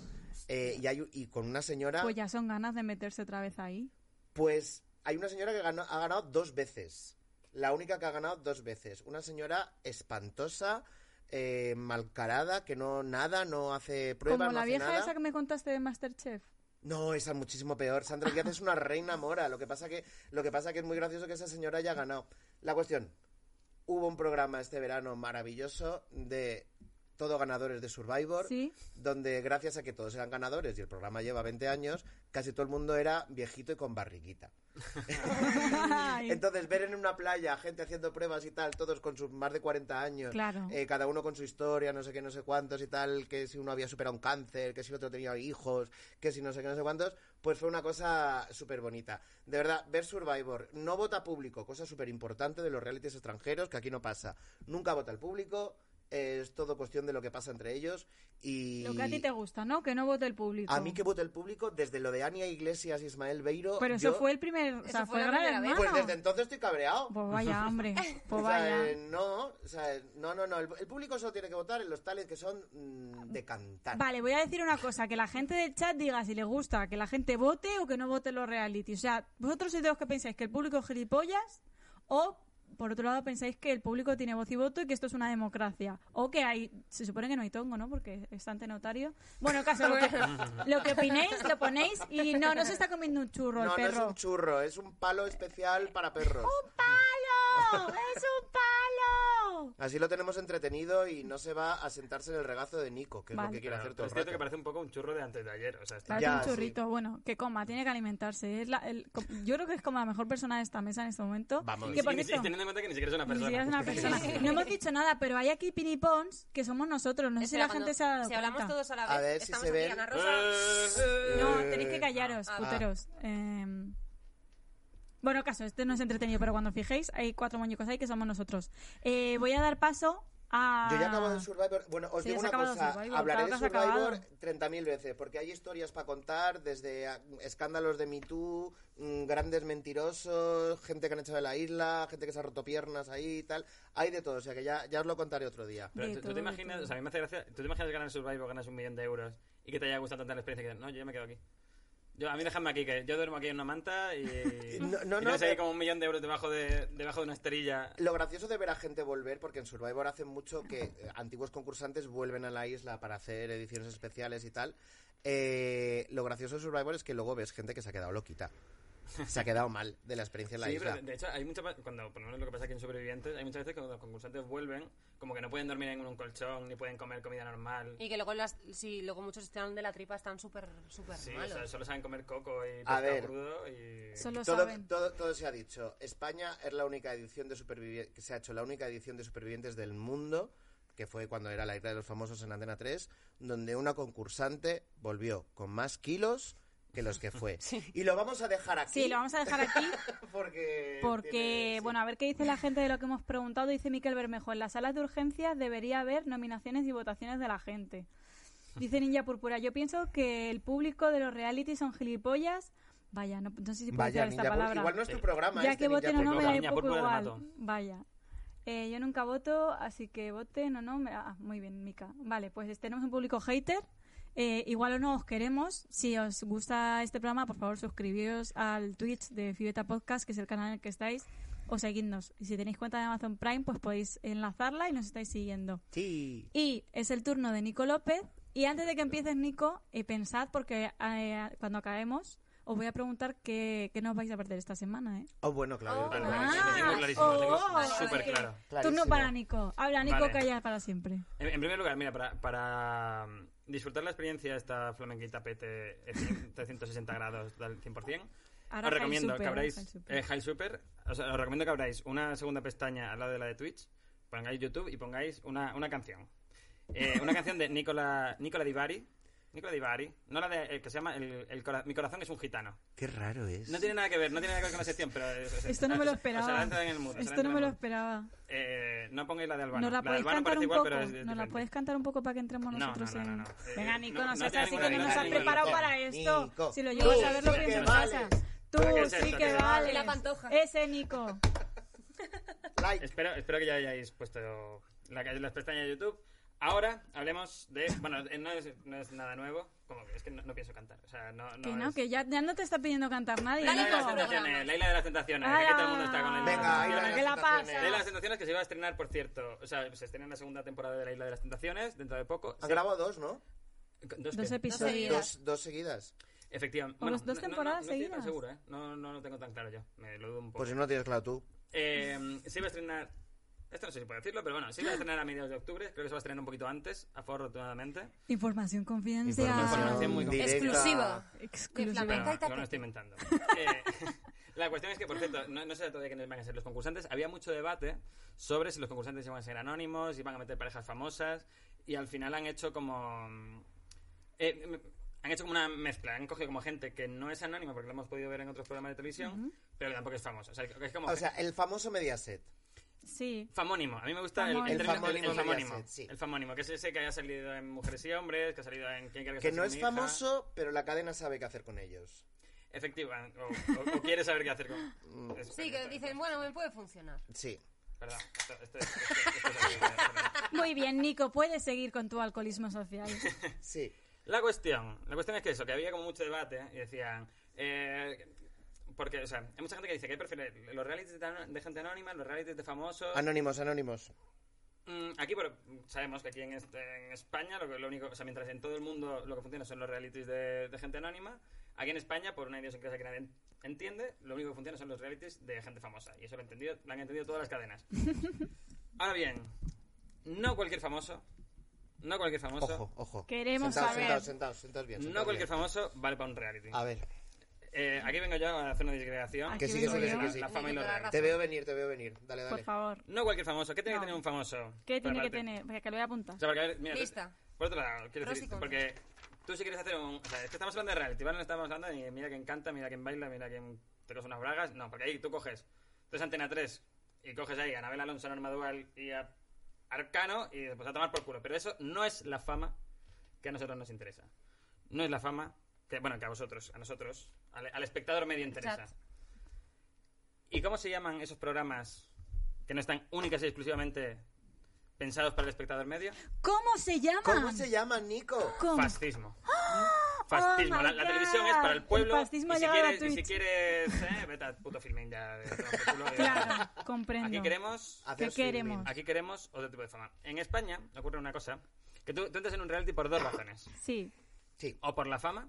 Speaker 4: Eh, y, hay, u- y con una señora,
Speaker 1: Pues ya son ganas de meterse otra vez ahí.
Speaker 4: pues hay una señora que ganó- ha ganado dos veces. La única que ha ganado dos veces. Una señora espantosa, eh, malcarada, que no nada, no hace pruebas.
Speaker 1: Como
Speaker 4: no
Speaker 1: la
Speaker 4: hace
Speaker 1: vieja
Speaker 4: nada.
Speaker 1: esa que me contaste de Masterchef.
Speaker 4: No, esa es muchísimo peor. Sandra Díaz es una reina mora. Lo que pasa que, lo que pasa que es muy gracioso que esa señora haya ganado. La cuestión, hubo un programa este verano maravilloso de todo ganadores de Survivor,
Speaker 1: Sí.
Speaker 4: donde gracias a que todos eran ganadores y el programa lleva 20 años, casi todo el mundo era viejito y con barriguita.
Speaker 1: Ay,
Speaker 4: Entonces, ver en una playa gente haciendo pruebas y tal, todos con sus más de 40 años,
Speaker 1: Claro.
Speaker 4: eh, cada uno con su historia, no sé qué, no sé cuántos y tal, que si uno había superado un cáncer, que si otro tenía hijos, que si no sé qué, no sé cuántos, pues fue una cosa súper bonita. De verdad, ver Survivor, no vota público, cosa súper importante de los realities extranjeros, que aquí no pasa. Nunca vota el público, eh, es todo cuestión de lo que pasa entre ellos y...
Speaker 1: Lo que a ti te gusta, ¿no? Que no vote el público.
Speaker 4: A mí que vote el público, desde lo de Ania Iglesias y Ismael Beiro...
Speaker 1: Pero eso
Speaker 4: yo-
Speaker 1: fue el primer. O sea,
Speaker 2: Eso fue
Speaker 1: fue
Speaker 2: la
Speaker 1: Gran
Speaker 2: primera vez.
Speaker 1: Hermano.
Speaker 4: Pues desde entonces estoy cabreado.
Speaker 1: Pues vaya, hombre. Pues
Speaker 4: O sea,
Speaker 1: vaya.
Speaker 4: eh, no, o sea, no, no, no. El, el público solo tiene que votar en los tales que son mm, de cantar.
Speaker 1: Vale, voy a decir una cosa, que la gente del chat diga si le gusta que la gente vote o que no vote los reality. O sea, vosotros sois de los que pensáis que el público es gilipollas o, por otro lado, pensáis que el público tiene voz y voto y que esto es una democracia. O que hay, se supone que no hay tongo, ¿no? Porque es ante notario. Bueno, el caso, lo que, lo que opinéis, lo ponéis y no, no se está comiendo un churro
Speaker 4: no,
Speaker 1: el
Speaker 4: no es
Speaker 1: perro.
Speaker 4: un churro, es un palo especial para perros.
Speaker 1: ¡Palo! ¡Es un palo!
Speaker 4: Así lo tenemos entretenido y no se va a sentarse en el regazo de Nico, que es
Speaker 1: Vale.
Speaker 4: lo que quiere
Speaker 5: Pero
Speaker 4: hacer todo el
Speaker 5: es cierto pues que
Speaker 4: rato.
Speaker 5: parece un poco un churro de antes de ayer. O sea, está-
Speaker 1: Parece
Speaker 4: Ya,
Speaker 1: un
Speaker 4: sí.
Speaker 1: churrito. Bueno, que coma, tiene que alimentarse. Es la- el- yo creo que es como la mejor persona de esta mesa en este momento.
Speaker 4: Vamos.
Speaker 1: Que por
Speaker 5: Y- y- y
Speaker 1: cierto-
Speaker 5: teniendo en cuenta que ni siquiera es una
Speaker 1: Ni
Speaker 5: persona.
Speaker 1: siquiera es una persona. No hemos dicho nada, pero hay aquí pinipons que somos nosotros. No sé si
Speaker 2: Espera,
Speaker 1: la gente
Speaker 2: cuando-
Speaker 1: se ha dado
Speaker 2: Si hablamos
Speaker 1: cuenta.
Speaker 2: todos a la vez,
Speaker 4: A ver si
Speaker 2: estamos
Speaker 4: se
Speaker 2: aquí,
Speaker 4: ven.
Speaker 2: Ana Rosa.
Speaker 5: Eh,
Speaker 1: No,
Speaker 4: Eh,
Speaker 1: tenéis que callaros,
Speaker 2: ah,
Speaker 1: puteros. Eh, bueno, caso, este no es entretenido, pero cuando os fijéis, hay cuatro muñecos ahí que somos nosotros. Eh, voy a dar paso Ah,
Speaker 4: Yo ya he acabado de Survivor. Bueno, os
Speaker 1: Sí,
Speaker 4: digo
Speaker 1: has
Speaker 4: una
Speaker 1: acabado
Speaker 4: cosa.
Speaker 1: Survivor,
Speaker 4: Hablaré de
Speaker 1: claro que has
Speaker 4: Survivor
Speaker 1: acabado.
Speaker 4: 30.000 veces, porque hay historias para contar, desde ah, escándalos de Me Too, mm, grandes mentirosos, gente que han echado de la isla, gente que se ha roto piernas ahí y tal. Hay de todo, o sea que ya, ya os lo contaré otro día.
Speaker 5: Pero
Speaker 1: De
Speaker 5: tú, tú
Speaker 1: todo, de
Speaker 5: te imaginas,
Speaker 1: todo.
Speaker 5: o sea, a mí me hace gracia, tú te imaginas ganar el Survivor, ganas un millón de euros y que te haya gustado tanta la experiencia que no, yo ya me quedo aquí. Yo, a mí déjame aquí, que yo duermo aquí en una manta y...
Speaker 4: No, no,
Speaker 5: y
Speaker 4: no,
Speaker 5: tienes ahí
Speaker 4: pero-
Speaker 5: como un millón de euros debajo de, debajo de una esterilla.
Speaker 4: Lo gracioso de ver a gente volver, porque en Survivor hace mucho que eh, antiguos concursantes vuelven a la isla para hacer ediciones especiales y tal. Eh, lo gracioso de Survivor es que luego ves gente que se ha quedado loquita. Se ha quedado mal de la experiencia en la
Speaker 5: Sí,
Speaker 4: isla.
Speaker 5: pero de- de hecho, hay muchas cuando, por lo menos lo que pasa aquí en Sobrevivientes, hay muchas veces que cuando los concursantes vuelven, como que no pueden dormir en un colchón, ni pueden comer comida normal.
Speaker 2: Y que luego, las, sí, luego muchos están de la tripa, están súper súper
Speaker 5: Sí, o
Speaker 2: malos.
Speaker 5: sea, solo saben comer coco y
Speaker 4: A
Speaker 5: pescado
Speaker 4: ver.
Speaker 5: crudo y...
Speaker 1: Solo
Speaker 4: Todo,
Speaker 1: saben.
Speaker 4: todo, todo se ha dicho. España es la única edición de supervivientes que se ha hecho la única edición de supervivientes del mundo, que fue cuando era la isla de los famosos en Antena 3, donde una concursante volvió con más kilos que los que fue. Y lo vamos a dejar aquí.
Speaker 1: Sí, lo vamos a dejar aquí
Speaker 4: Porque.
Speaker 1: porque,
Speaker 4: tiene- sí.
Speaker 1: bueno, a ver qué dice la gente de lo que hemos preguntado. Dice Miquel Bermejo, en las salas de urgencias debería haber nominaciones y votaciones de la gente. Dice Ninja Púrpura, yo pienso que el público de los reality son gilipollas. Vaya, no, no sé si puedo
Speaker 4: Vaya, pues
Speaker 1: decir esta
Speaker 4: Ninja Pur-
Speaker 1: palabra.
Speaker 4: Igual no es tu programa.
Speaker 1: ya
Speaker 4: este,
Speaker 1: que voten
Speaker 4: Ninja
Speaker 1: o no me
Speaker 5: Púrpura.
Speaker 1: da
Speaker 4: Pur-
Speaker 1: un
Speaker 5: Niña
Speaker 1: poco
Speaker 5: Púrpura del
Speaker 1: igual.
Speaker 5: Mato.
Speaker 1: Vaya. Eh, yo nunca voto, así que voten o no. Me... Ah, muy bien, Mica. Vale, pues tenemos un público hater. Eh, igual o no os queremos. Si os gusta este programa, por favor suscribíos al Twitch de Fibeta Podcast, que es el canal en el que estáis, o seguidnos. Y si tenéis cuenta de Amazon Prime, pues podéis enlazarla y nos estáis siguiendo.
Speaker 4: Sí.
Speaker 1: Y es el turno de Nico López. Y antes de que empieces, Nico, eh, pensad, porque eh, cuando acabemos, os voy a preguntar qué, qué nos vais a perder esta semana, ¿eh?
Speaker 4: Oh, bueno, claro.
Speaker 2: Oh.
Speaker 5: Vale,
Speaker 1: Ah,
Speaker 5: vale, lo tengo clarísimo, lo tengo
Speaker 1: oh, vale,
Speaker 5: súper
Speaker 2: vale.
Speaker 5: claro.
Speaker 1: Turno para Nico. Habla, Nico,
Speaker 5: Vale.
Speaker 1: calla para siempre.
Speaker 5: En, en primer lugar, mira, para, para mm, disfrutar la experiencia esta flamenquita eh, PT 360 grados del 100%,
Speaker 1: Ahora
Speaker 5: os
Speaker 1: High
Speaker 5: recomiendo
Speaker 1: Super,
Speaker 5: que abráis
Speaker 1: High
Speaker 5: eh,
Speaker 1: Super.
Speaker 5: High Super, o sea, os recomiendo que abráis una segunda pestaña al lado de la de Twitch, pongáis YouTube y pongáis una, una canción. Eh, una canción de Nicola, Nicola Divari. Nicola Divari, no la de, eh, que se llama el, el cora- Mi corazón es un gitano.
Speaker 4: Qué raro es.
Speaker 5: No tiene nada que ver, no tiene nada que ver con la sección, pero... eh, os- os-
Speaker 1: Esto no me lo
Speaker 5: os- os
Speaker 1: esperaba.
Speaker 5: adelantan en el mood, os
Speaker 1: Esto
Speaker 5: adelantan
Speaker 1: no
Speaker 5: en
Speaker 1: me
Speaker 5: el
Speaker 1: lo
Speaker 5: mood.
Speaker 1: esperaba.
Speaker 5: Eh, no pongáis la de Albano.
Speaker 1: ¿Nos la
Speaker 5: de
Speaker 1: podéis
Speaker 5: Albano
Speaker 1: cantar
Speaker 5: parece
Speaker 1: un
Speaker 5: igual,
Speaker 1: poco?
Speaker 5: pero es- es
Speaker 1: ¿Nos la
Speaker 5: diferente.
Speaker 1: puedes cantar un poco para que entremos
Speaker 5: No,
Speaker 1: nosotros
Speaker 5: no, no,
Speaker 1: en...?
Speaker 5: no, no. Eh,
Speaker 1: Venga, Nico,
Speaker 5: no-
Speaker 1: no,
Speaker 5: no
Speaker 1: seas
Speaker 5: tiene
Speaker 1: así
Speaker 5: ninguna-
Speaker 1: que no
Speaker 5: no
Speaker 1: nos has
Speaker 5: tiene
Speaker 1: preparado
Speaker 5: ninguna-
Speaker 1: para esto.
Speaker 4: Nico,
Speaker 1: si lo
Speaker 4: tú
Speaker 1: llevas a ver lo
Speaker 4: sí
Speaker 1: que
Speaker 4: que
Speaker 1: nos
Speaker 4: vales.
Speaker 1: pasa. Tú
Speaker 5: ¿Pero qué es
Speaker 1: sí
Speaker 5: esto?
Speaker 1: que
Speaker 5: ¿Qué es esto?
Speaker 1: vales.
Speaker 2: La pantoja.
Speaker 1: Ese Nico.
Speaker 4: Like.
Speaker 5: Espero, espero que ya hayáis puesto la, las pestañas de YouTube. Ahora hablemos de. Bueno, eh, no es, no es nada nuevo. Como que es que no, no pienso cantar. O sea, no. no
Speaker 1: que no,
Speaker 5: es-
Speaker 1: que ya, ya no te está pidiendo cantar nadie,
Speaker 5: La isla de las
Speaker 1: Nico.
Speaker 5: tentaciones. La isla de las tentaciones.
Speaker 1: Ala.
Speaker 5: que todo el mundo está con la isla de
Speaker 4: Venga,
Speaker 5: las
Speaker 4: ahí
Speaker 1: Isla
Speaker 4: la
Speaker 1: de
Speaker 5: tentaciones.
Speaker 1: ¿Qué la
Speaker 4: presentación
Speaker 1: pasa?
Speaker 5: La
Speaker 4: es-
Speaker 5: isla de las tentaciones que se iba a estrenar, por cierto. O sea, se estrena la segunda temporada de la isla de las tentaciones dentro de poco.
Speaker 4: Han
Speaker 5: Se-
Speaker 4: grabado dos, ¿no?
Speaker 5: Dos,
Speaker 1: Dos
Speaker 5: qué?
Speaker 1: episodios.
Speaker 4: Dos, dos seguidas.
Speaker 5: Efectivamente.
Speaker 1: ¿O los dos
Speaker 5: no- no-
Speaker 1: temporadas
Speaker 5: no, no estoy tan
Speaker 1: seguidas?
Speaker 5: seguro, ¿eh? No, no lo tengo tan claro yo. Me lo dudo un poco.
Speaker 4: Pues si no lo tienes claro tú.
Speaker 5: Eh, se iba a estrenar. Esto no sé si puedo decirlo, pero bueno, se iba a estrenar a mediados de octubre. Creo que se va a estrenar un poquito antes, afortunadamente.
Speaker 1: Información confidencial.
Speaker 5: Información muy
Speaker 4: directa.
Speaker 2: Exclusiva.
Speaker 1: Exclusiva.
Speaker 2: De
Speaker 5: Pero
Speaker 2: Flamenca y
Speaker 5: no, no
Speaker 2: tapete.
Speaker 5: lo estoy inventando. Eh, la cuestión es que, por cierto, no, no sé todavía quiénes van a ser los concursantes. Había mucho debate sobre si los concursantes iban a ser anónimos, iban a meter parejas famosas, y al final han hecho como. mm, eh, mm, han hecho como una mezcla. Han cogido como gente que no es anónima, porque lo hemos podido ver en otros programas de televisión, pero que tampoco es famosa. O sea, que es como.
Speaker 4: O sea, el famoso Mediaset.
Speaker 1: Sí.
Speaker 5: Famónimo, a mí me gusta el, el
Speaker 1: Famónimo.
Speaker 5: término- el- el
Speaker 4: El famónimo
Speaker 5: famónimo.
Speaker 4: Mediaset, sí.
Speaker 5: El famónimo, que es ese que haya salido en Mujeres y Hombres, que ha salido en ¿Quién quiere
Speaker 4: Que
Speaker 5: casarse
Speaker 4: no
Speaker 5: con
Speaker 4: es
Speaker 5: mi hija?
Speaker 4: famoso, pero la cadena sabe qué hacer con ellos.
Speaker 5: Efectiva, o, o- o quiere saber qué hacer
Speaker 4: Mm.
Speaker 5: con. es-
Speaker 2: Sí, que dicen, bueno, me puede funcionar.
Speaker 4: Sí.
Speaker 5: Perdón, esto, esto- esto- esto es así, perdón.
Speaker 1: Muy bien, Nico, puedes seguir con tu alcoholismo social.
Speaker 4: Sí.
Speaker 5: La cuestión, la cuestión es que eso, que había como mucho debate ¿eh? y decían, eh, porque, o sea, hay mucha gente que dice que prefiere los realities de, ano- de gente anónima, los realities de famosos.
Speaker 4: Anónimos, anónimos.
Speaker 5: Mm, aquí pero sabemos que aquí en, este- en España lo, que- lo único, o sea, mientras en todo el mundo lo que funciona son los realities de, de gente anónima, aquí en España por una idiosincrasia que nadie en- entiende, lo único que funciona son los realities de gente famosa y eso lo, he entendido, lo han entendido todas las cadenas. Ahora bien, no cualquier famoso, no cualquier famoso,
Speaker 4: Ojo, ojo.
Speaker 1: Queremos
Speaker 4: sentaos,
Speaker 1: saber.
Speaker 4: Sentaos, sentaos, sentaos bien.
Speaker 5: no
Speaker 4: sentaos
Speaker 5: cualquier
Speaker 4: bien.
Speaker 5: famoso vale para un reality.
Speaker 4: A ver,
Speaker 5: Eh, aquí vengo yo a hacer una disgregación.
Speaker 1: Aquí
Speaker 4: Que sí, que sí,
Speaker 1: vengo
Speaker 4: que sí,
Speaker 1: yo.
Speaker 4: que sí.
Speaker 5: La fama y los realities.
Speaker 4: te veo venir, te veo venir. Dale, dale.
Speaker 1: Por favor.
Speaker 5: No cualquier famoso. ¿Qué tiene
Speaker 1: No.
Speaker 5: que tener un famoso?
Speaker 1: ¿Qué
Speaker 5: Por
Speaker 1: tiene que
Speaker 5: aparte.
Speaker 1: tener? Venga, que lo voy a apuntar.
Speaker 5: O sea, porque, a ver, mira,
Speaker 2: Lista.
Speaker 5: tú- Por otro lado, quiero
Speaker 2: Pros y
Speaker 5: decir,
Speaker 2: contras.
Speaker 5: porque tú si quieres hacer un... O sea, es que estamos hablando de reality, ¿vale? No estamos hablando de mira quién canta, mira quién baila, mira quién te coge unas bragas. No, porque ahí tú coges tres Antena 3 y coges ahí a Anabel Alonso, Norma Dual y a arcano y pues a tomar por culo. Pero eso no es la fama que a nosotros nos interesa. No es la fama que, bueno, que a vosotros, a nosotros, al, al espectador medio interesa.
Speaker 2: Chat.
Speaker 5: ¿Y cómo se llaman esos programas que no están únicas y exclusivamente pensados para el espectador medio?
Speaker 1: ¿Cómo se llama?
Speaker 4: ¿Cómo se llama, Nico?
Speaker 1: ¿Cómo?
Speaker 5: Fascismo. Fascismo.
Speaker 1: Oh my
Speaker 5: la, la
Speaker 1: God.
Speaker 5: televisión es para el pueblo.
Speaker 1: El fascismo
Speaker 5: y si
Speaker 1: ha llegado a
Speaker 5: quieres, y si
Speaker 1: Twitch.
Speaker 5: quieres eh, vete al puto filming ya. de todo por culo, ya.
Speaker 1: Claro, comprendo.
Speaker 5: Aquí queremos
Speaker 4: Hacer
Speaker 1: ¿Qué queremos?
Speaker 4: streaming.
Speaker 5: Aquí queremos otro tipo de fama. En España ocurre una cosa, que tú, tú entras en un reality por dos razones.
Speaker 1: Sí.
Speaker 4: Sí,
Speaker 5: O por la fama.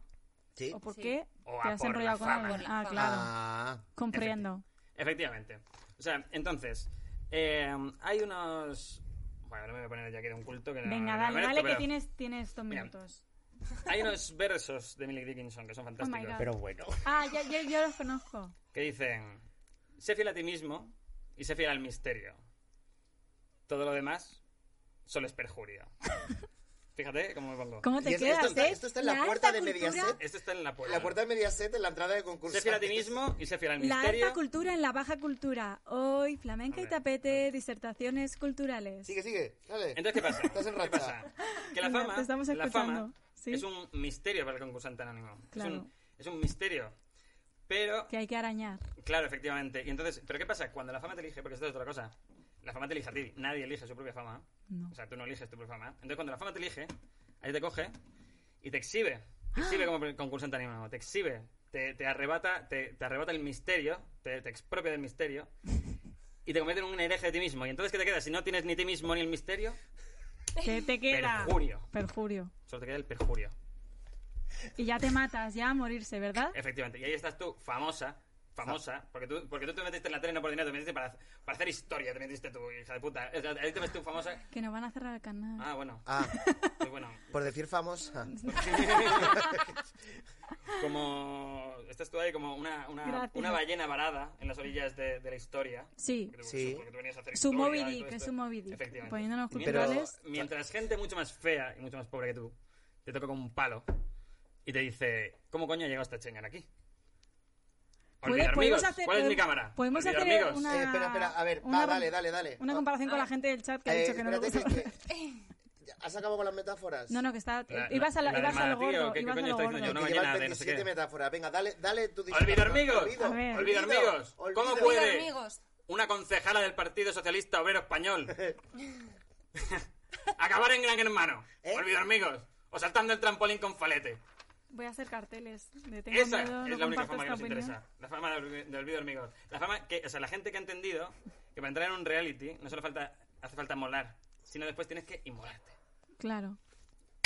Speaker 4: sí.
Speaker 1: ¿O por
Speaker 2: Sí.
Speaker 1: qué
Speaker 5: O
Speaker 1: te
Speaker 5: a
Speaker 1: has
Speaker 5: por
Speaker 1: enrollado
Speaker 5: la
Speaker 1: con
Speaker 5: fama.
Speaker 1: alguien? Ah,
Speaker 2: Ah.
Speaker 1: claro.
Speaker 4: Ah,
Speaker 1: Comprendo.
Speaker 5: Efectivamente. O sea, entonces, eh, hay unos... Bueno, no me voy a poner ya que era un culto. Que no-
Speaker 1: Venga,
Speaker 4: Ah,
Speaker 5: no
Speaker 1: dale,
Speaker 5: me merezco,
Speaker 1: dale, que
Speaker 5: pero
Speaker 1: tienes, tienes dos
Speaker 5: Mira.
Speaker 1: minutos.
Speaker 5: Hay unos versos de Millie Dickinson que son fantásticos.
Speaker 1: Oh God.
Speaker 4: pero bueno.
Speaker 1: Ah, ya, ya, ya los conozco.
Speaker 5: que dicen, sé fiel a ti mismo y sé fiel al misterio. Todo lo demás solo es perjurio. Fíjate cómo me pongo.
Speaker 1: ¿Cómo
Speaker 4: Y
Speaker 1: te
Speaker 4: esto-
Speaker 1: quedas,
Speaker 4: esto está-
Speaker 1: eh?
Speaker 4: esto está en la
Speaker 1: alta
Speaker 4: puerta de
Speaker 1: cultura-
Speaker 4: Mediaset.
Speaker 5: Esto está en la puerta.
Speaker 4: La puerta de Mediaset en la entrada de concurso.
Speaker 5: Sé fiel a ti mismo y sé fiel al
Speaker 1: La
Speaker 5: misterio.
Speaker 1: alta cultura en la baja cultura. Hoy, flamenca y
Speaker 5: Hombre,
Speaker 1: tapete, disertaciones culturales.
Speaker 4: Sigue, sigue. Dale.
Speaker 5: Entonces, ¿qué pasa?
Speaker 4: Estás en
Speaker 5: ¿Qué
Speaker 4: racha.
Speaker 5: pasa? Que la
Speaker 1: Mira,
Speaker 5: fama,
Speaker 1: te estamos
Speaker 5: la fama
Speaker 1: escuchando, ¿sí?
Speaker 5: es un misterio para el concursante anónimo. Es,
Speaker 1: Claro.
Speaker 5: un, es un misterio. Pero,
Speaker 1: Que hay que arañar.
Speaker 5: claro, efectivamente. Y entonces, ¿pero qué pasa? Cuando la fama te elige, porque esto es otra cosa. La fama te elige a ti. Nadie elige su propia fama.
Speaker 1: No.
Speaker 5: O sea, tú no eliges tu propia fama. Entonces, cuando la fama te elige, ahí te coge y te exhibe. Te exhibe como concursante anónimo. Te exhibe. Te, te arrebata, te, te arrebata el misterio. Te, te expropia del misterio. Y te convierte en un hereje de ti mismo. ¿Y entonces qué te queda? Si no tienes ni ti mismo ni el misterio,
Speaker 1: ¿Qué te queda?
Speaker 5: perjurio.
Speaker 1: Perjurio.
Speaker 5: Solo te queda el perjurio.
Speaker 1: Y ya te matas, ya a morirse, ¿verdad?
Speaker 5: Efectivamente. Y ahí estás tú, famosa. Famosa. Porque tú, porque tú te metiste en la tele no por dinero, te metiste para, para hacer historia, te metiste tú, hija de puta. O sea, Ahí te metiste tú famosa.
Speaker 1: Que nos van a cerrar el canal.
Speaker 5: Ah, bueno.
Speaker 4: Ah,
Speaker 5: Muy bueno.
Speaker 4: por decir famosa. Eh,
Speaker 5: como estás tú ahí como una, una,
Speaker 1: Gracias.
Speaker 5: una ballena varada en las orillas de, de la historia.
Speaker 1: Sí.
Speaker 5: Porque tú-
Speaker 4: Sí.
Speaker 5: porque tú venías a hacer
Speaker 1: Su
Speaker 5: historia
Speaker 1: Moby
Speaker 5: y todo
Speaker 1: Dick,
Speaker 5: esto.
Speaker 1: es su Moby Dick.
Speaker 5: Efectivamente.
Speaker 1: Poniéndonos
Speaker 5: Mientras-
Speaker 1: culturales.
Speaker 5: Mientras gente mucho más fea y mucho más pobre que tú te toca con un palo y te dice, ¿cómo coño ha llegado esta señora aquí? Olvida hormigos. ¿Cuál es mi cámara?
Speaker 1: Podemos
Speaker 5: Olvida
Speaker 1: hacer
Speaker 5: hormigos.
Speaker 1: una.
Speaker 4: Eh, espera, espera, a ver,
Speaker 1: una
Speaker 4: va,
Speaker 1: com-
Speaker 4: dale, dale, dale.
Speaker 1: Una comparación
Speaker 5: Ah.
Speaker 1: con la gente del chat que ha
Speaker 4: Eh,
Speaker 1: dicho que no le
Speaker 4: espérate,
Speaker 1: gusta.
Speaker 4: que- que- ¿Has acabado con las metáforas?
Speaker 1: No, no, que está.
Speaker 5: La-
Speaker 1: ibas a
Speaker 5: la
Speaker 1: lo,
Speaker 5: de
Speaker 1: ibas a lo
Speaker 5: Madagascar,
Speaker 1: gordo.
Speaker 5: ¿qué- qué
Speaker 1: ibas
Speaker 5: coño
Speaker 1: a lo
Speaker 5: estoy
Speaker 1: gordo.
Speaker 5: diciendo yo? Una
Speaker 4: que llevas
Speaker 5: ballena de no sé
Speaker 4: 27
Speaker 5: qué.
Speaker 4: metáforas. Venga, dale, dale tu
Speaker 5: Olvida
Speaker 4: discurso.
Speaker 5: hormigos.
Speaker 4: Olvido.
Speaker 1: ver.
Speaker 5: Olvida hormigos.
Speaker 4: Olvido.
Speaker 5: ¿Cómo
Speaker 2: Olvida
Speaker 5: puede
Speaker 2: hormigos.
Speaker 5: una concejala del Partido Socialista Obrero Español acabar en Gran Hermano?
Speaker 4: ¿Eh?
Speaker 5: Olvida hormigos. O saltando el trampolín con falete.
Speaker 1: Voy a hacer carteles. De tengo
Speaker 5: Esa
Speaker 1: miedo, no
Speaker 5: es la única
Speaker 1: comparto
Speaker 5: fama
Speaker 1: esta
Speaker 5: que nos
Speaker 1: opinión.
Speaker 5: interesa. La fama del olvi- del olvido hormigos. La fama que, o sea, la gente que ha entendido que para entrar en un reality no solo falta, hace falta molar, sino después tienes que inmolarte.
Speaker 1: Claro.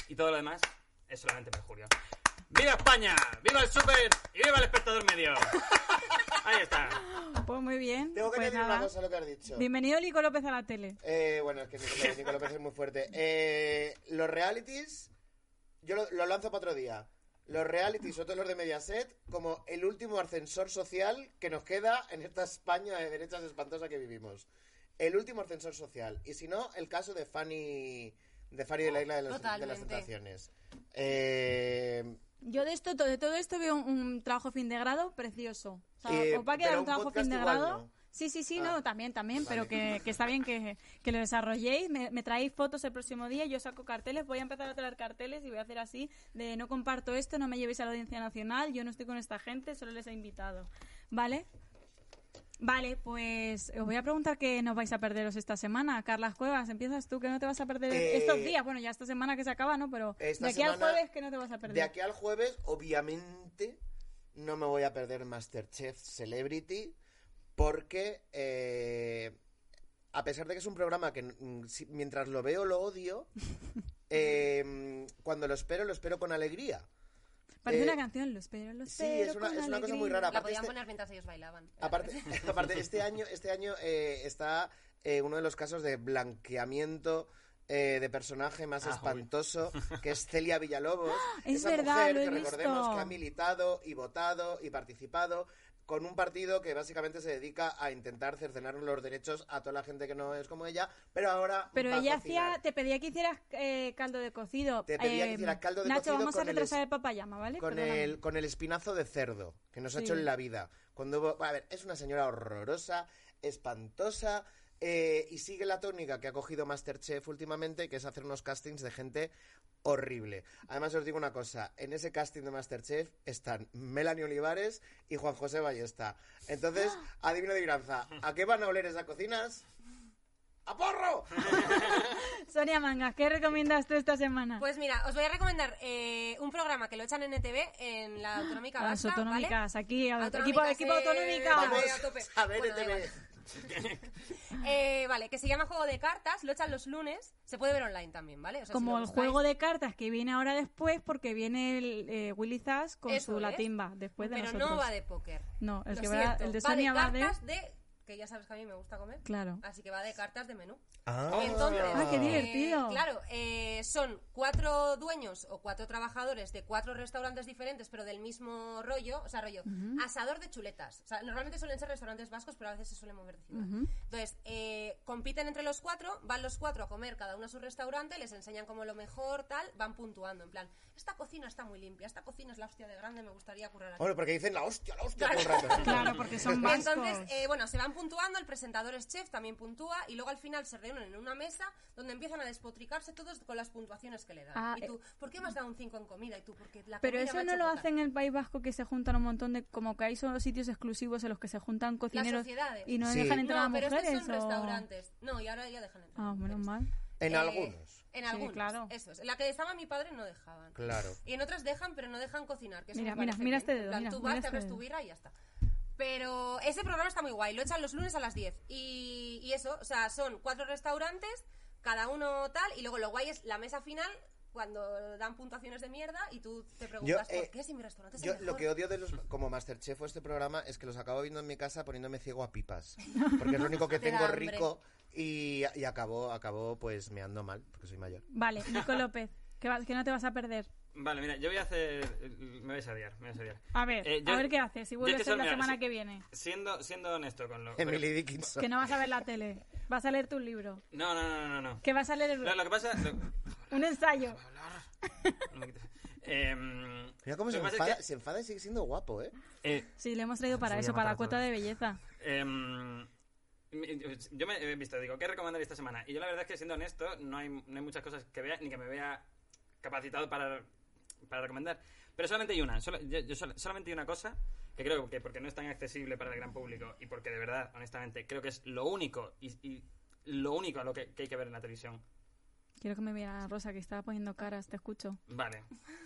Speaker 5: Y todo lo demás es solamente perjurio. ¡Viva España! ¡Viva el súper! ¡Y viva el espectador medio! Ahí está.
Speaker 1: Pues muy bien.
Speaker 4: Tengo que
Speaker 1: pues
Speaker 4: añadir
Speaker 1: nada.
Speaker 4: una cosa a lo que has dicho.
Speaker 1: Bienvenido, Lico López, a la tele.
Speaker 4: Eh, bueno, es que Nicolás, Nicolás López es muy fuerte. Eh, los realities, yo lo, lo lanzo para otro día. Los realities, sobre todo los de Mediaset, como el último ascensor social que nos queda en esta España de derechas espantosa que vivimos. El último ascensor social. Y si no, el caso de Fanny de, Fanny de la Isla de, las- de las
Speaker 2: Totalmente.
Speaker 4: Tentaciones. Eh,
Speaker 1: Yo de esto, de todo esto veo un, un trabajo fin de grado precioso. O sea,
Speaker 4: Eh,
Speaker 1: os va a quedar un
Speaker 4: pero un
Speaker 1: trabajo
Speaker 4: podcast
Speaker 1: fin de
Speaker 4: igual
Speaker 1: grado.
Speaker 4: no.
Speaker 1: Sí, sí, sí,
Speaker 4: Ah.
Speaker 1: no, también, también,
Speaker 4: Vale.
Speaker 1: pero que, que está bien que, que lo desarrolléis. Me, me traéis fotos el próximo día, yo saco carteles, voy a empezar a traer carteles y voy a hacer así, de no comparto esto, no me llevéis a la audiencia nacional, yo no estoy con esta gente, solo les he invitado. ¿Vale? Vale, pues os voy a preguntar qué nos vais a perderos esta semana. Carlas Cuevas, empiezas tú, que no te vas a perder
Speaker 4: Eh,
Speaker 1: estos días. Bueno, ya esta semana que se acaba, ¿no? Pero de
Speaker 4: esta
Speaker 1: aquí al
Speaker 4: semana-
Speaker 1: jueves, que no te vas a perder?
Speaker 4: De aquí al jueves, obviamente, no me voy a perder Masterchef Celebrity porque, eh, a pesar de que es un programa que mm, si- mientras lo veo lo odio, eh, cuando lo espero, lo espero con alegría.
Speaker 1: Parece
Speaker 4: Eh,
Speaker 1: una canción, lo espero, lo
Speaker 4: sí,
Speaker 1: espero.
Speaker 4: es una-
Speaker 1: con
Speaker 4: es una cosa muy
Speaker 1: alegría.
Speaker 4: rara.
Speaker 2: La
Speaker 4: Aparte
Speaker 2: podían
Speaker 4: este-
Speaker 2: poner mientras ellos bailaban.
Speaker 4: Aparte, aparte, este año, este año eh, está eh, uno de los casos de blanqueamiento eh, de personaje más
Speaker 5: Ah,
Speaker 4: espantoso, que es Celia Villalobos.
Speaker 1: Es
Speaker 4: esa
Speaker 1: verdad,
Speaker 4: mujer
Speaker 1: lo he
Speaker 4: que recordemos
Speaker 1: visto.
Speaker 4: que ha militado y votado y participado con un partido que básicamente se dedica a intentar cercenar los derechos a toda la gente que no es como ella, pero ahora
Speaker 1: Pero
Speaker 4: va a
Speaker 1: ella
Speaker 4: cocinar.
Speaker 1: hacía, te pedía que hicieras eh, caldo de cocido.
Speaker 4: Te pedía que
Speaker 1: Eh,
Speaker 4: hicieras caldo de
Speaker 1: Nacho,
Speaker 4: cocido
Speaker 1: vamos a
Speaker 4: con el
Speaker 1: retrasar
Speaker 4: es-
Speaker 1: el, papayama, ¿vale?
Speaker 4: con
Speaker 1: Perdóname.
Speaker 4: el, con el espinazo de cerdo que nos ha hecho
Speaker 1: Sí.
Speaker 4: en la vida. Cuando hubo- a ver, es una señora horrorosa, espantosa, Eh, y sigue la tónica que ha cogido Masterchef últimamente, que es hacer unos castings de gente horrible. Además, os digo una cosa, en ese casting de Masterchef están Melanie Olivares y Juan José Ballesta. Entonces, adivino de granza, ¿a qué van a oler esas cocinas? ¡A porro!
Speaker 1: Sonia Mangas, ¿qué recomiendas tú esta semana?
Speaker 2: Pues mira, os voy a recomendar eh, un programa que lo echan en NTV, en la Autonómica
Speaker 1: Las
Speaker 2: Vasca, ¿vale?
Speaker 1: autonómicas, aquí, a-
Speaker 2: Autonómicas,
Speaker 1: equipo, equipo
Speaker 2: eh,
Speaker 1: autonómica.
Speaker 2: vamos.
Speaker 4: Vamos
Speaker 2: a tope.
Speaker 4: a ver,
Speaker 2: Bueno, da
Speaker 4: ETV.
Speaker 2: igual. Eh, vale, que se llama Juego de Cartas, lo echan los lunes, se puede ver online también, ¿vale? O sea, si
Speaker 1: Como
Speaker 2: lo
Speaker 1: el
Speaker 2: buscáis-
Speaker 1: juego de cartas que viene ahora después, porque viene el eh, Willy Zas con
Speaker 2: Eso
Speaker 1: su
Speaker 2: es.
Speaker 1: latimba después de
Speaker 2: Pero
Speaker 1: nosotros.
Speaker 2: no va de póker.
Speaker 1: No, el
Speaker 2: Lo
Speaker 1: que va,
Speaker 2: siento,
Speaker 1: el de Sonia va de...
Speaker 2: cartas de... Que ya sabes que a mí me gusta comer.
Speaker 1: Claro.
Speaker 2: Así que va de cartas de menú.
Speaker 4: Ah.
Speaker 2: Entonces,
Speaker 1: Ah, qué
Speaker 2: eh,
Speaker 1: divertido.
Speaker 2: claro, eh, son cuatro dueños o cuatro trabajadores de cuatro restaurantes diferentes, pero del mismo rollo, o sea, rollo asador de chuletas. O sea, normalmente suelen ser restaurantes vascos, pero a veces se suele mover de ciudad. Entonces, eh, compiten entre los cuatro, van los cuatro a comer cada uno a su restaurante, les enseñan como lo mejor, tal, van puntuando, en plan, esta cocina está muy limpia, esta cocina es la hostia de grande, me gustaría currar aquí.
Speaker 4: Hombre, porque dicen la hostia, la hostia todo el rato.
Speaker 1: Claro, porque son vascos.
Speaker 2: Entonces, eh, bueno, se van puntuando, el presentador es chef, también puntúa, y luego al final se reúnen en una mesa donde empiezan a despotricarse todos con las puntuaciones que le dan.
Speaker 1: Ah,
Speaker 2: y tú, ¿por qué me has dado un 5 en comida? Y tú, porque la
Speaker 1: Pero
Speaker 2: comida me
Speaker 1: eso
Speaker 2: ha
Speaker 1: no
Speaker 2: hecho
Speaker 1: lo
Speaker 2: fatal".
Speaker 1: hacen en el País Vasco, que se juntan un montón de... Como que hay son sitios exclusivos en los que se juntan cocineros
Speaker 2: sociedades.
Speaker 1: y no
Speaker 4: Sí.
Speaker 1: dejan entrar
Speaker 2: No,
Speaker 1: a
Speaker 2: pero
Speaker 1: mujeres.
Speaker 2: estos son
Speaker 1: o-
Speaker 2: restaurantes. No, y ahora ya dejan entrar.
Speaker 1: Ah, menos
Speaker 2: mujeres.
Speaker 1: mal.
Speaker 4: En
Speaker 2: Eh,
Speaker 4: algunos.
Speaker 2: En
Speaker 1: Sí,
Speaker 2: algunos,
Speaker 1: claro.
Speaker 2: Eso es. En la que estaba mi padre no dejaban.
Speaker 4: Claro.
Speaker 2: Y en otras dejan, pero no dejan cocinar. Que eso
Speaker 1: Mira,
Speaker 2: me
Speaker 1: mira,
Speaker 2: parece
Speaker 1: mira
Speaker 2: bien.
Speaker 1: este dedo,
Speaker 2: En plan,
Speaker 1: mira,
Speaker 2: tú
Speaker 1: mira
Speaker 2: vas, te
Speaker 1: este
Speaker 2: abres tu
Speaker 1: dedo.
Speaker 2: birra y ya está. Pero ese programa está muy guay. Lo echan los lunes a las 10. Y, y eso, o sea, son cuatro restaurantes, cada uno tal. Y luego lo guay es la mesa final, cuando dan puntuaciones de mierda. Y tú te preguntas,
Speaker 4: Yo, eh,
Speaker 2: ¿por qué si mi restaurante es el
Speaker 4: Yo
Speaker 2: mejor?
Speaker 4: lo que odio de los como Masterchef o este programa es que los acabo viendo en mi casa poniéndome ciego a pipas. Porque es lo único que
Speaker 2: Te da
Speaker 4: tengo
Speaker 2: hambre.
Speaker 4: rico y, y acabó, acabó pues me ando mal, porque soy mayor.
Speaker 1: Vale, Nico López, que, va- que no te vas a perder.
Speaker 5: Vale, mira, yo voy a hacer. Me vais a odiar, me vais a odiar.
Speaker 1: A ver,
Speaker 5: Eh, yo-
Speaker 1: a ver qué haces, si
Speaker 5: yo
Speaker 1: vuelves
Speaker 5: es que
Speaker 1: a
Speaker 5: soy-
Speaker 1: la
Speaker 5: mira,
Speaker 1: semana
Speaker 5: si-
Speaker 1: que viene.
Speaker 5: Siendo, siendo honesto con lo. pero-
Speaker 4: Emily Dickinson.
Speaker 1: Que no vas a ver la tele, vas a leer tu libro,
Speaker 5: no, no, no, no, no.
Speaker 1: que vas a leer
Speaker 5: No, lo que pasa. lo-
Speaker 1: un ensayo.
Speaker 5: no me quites. Em,
Speaker 4: Mira cómo
Speaker 5: lo
Speaker 4: se
Speaker 5: que pasa es
Speaker 4: enfada,
Speaker 5: que-
Speaker 4: se enfada y sigue siendo guapo, ¿eh?
Speaker 5: eh,
Speaker 1: Sí, le hemos traído para
Speaker 5: Sí,
Speaker 1: eso,
Speaker 5: ya
Speaker 1: para
Speaker 5: me
Speaker 1: la cuota
Speaker 5: acuerdo.
Speaker 1: de belleza.
Speaker 5: Em, yo me he visto, digo, ¿qué recomendar esta semana? Y yo la verdad es que, siendo honesto, no hay, no hay muchas cosas que vea ni que me vea capacitado para, para recomendar. Pero solamente hay una, solo- yo- yo sol- solamente hay una cosa que creo que porque no es tan accesible para el gran público y porque de verdad, honestamente, creo que es lo único y, y lo único a lo que, que hay que ver en la televisión.
Speaker 1: Quiero que me vea Rosa, que estaba poniendo caras, te escucho.
Speaker 5: Vale.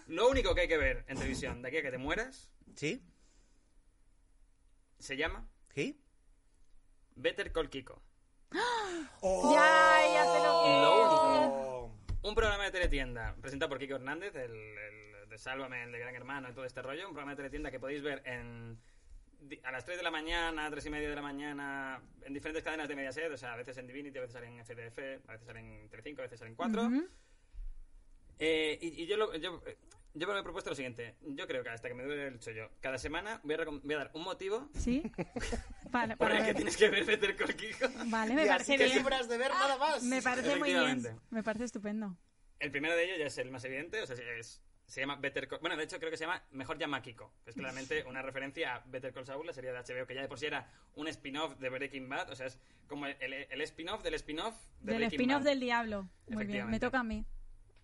Speaker 5: Lo único que hay que ver en televisión de aquí a que te mueras
Speaker 4: ¿Sí?
Speaker 5: se llama
Speaker 4: ¿Sí?
Speaker 5: Better Call Kiko.
Speaker 1: Ya, ya sé lo que
Speaker 5: Oh. Lo
Speaker 1: es.
Speaker 5: único.
Speaker 4: Oh.
Speaker 5: Un programa de teletienda presentado por Kiko Hernández, el, el de Sálvame, el de Gran Hermano y todo este rollo. Un programa de teletienda que podéis ver en, di- a las 3 de la mañana, 3 y media de la mañana, en diferentes cadenas de Mediaset. O sea, a veces en Divinity, a veces salen en FDF, a veces salen en Telecinco, a veces salen 4.
Speaker 1: Ujú.
Speaker 5: Eh, y, y yo, lo- yo, eh, yo me he propuesto lo siguiente. Yo creo que hasta que me duele el chollo, cada semana voy a, recom- voy a dar un motivo
Speaker 1: ¿Sí? Vale,
Speaker 5: por
Speaker 1: para
Speaker 5: el que
Speaker 1: ver.
Speaker 5: tienes que ver Better Call Kiko.
Speaker 1: Vale, me
Speaker 4: y
Speaker 1: parece
Speaker 4: así te
Speaker 1: bien. Ah,
Speaker 4: libras de ver nada más.
Speaker 1: Me parece muy bien.
Speaker 5: Efectivamente.
Speaker 1: Me parece estupendo.
Speaker 5: El primero de ellos ya es el más evidente, o sea, es- se llama Better Call... Bueno, de hecho creo que se llama Mejor llama a Kiko, que es claramente una referencia a Better Call Saul, la serie de HBO, que ya de por sí era un spin-off de Breaking Bad, o sea, es como el, el- el spin-off del spin-off de
Speaker 1: Del
Speaker 5: Breaking
Speaker 1: spin-off
Speaker 5: Bad.
Speaker 1: del diablo. Muy bien, me
Speaker 5: Efectivamente.
Speaker 1: toca a mí.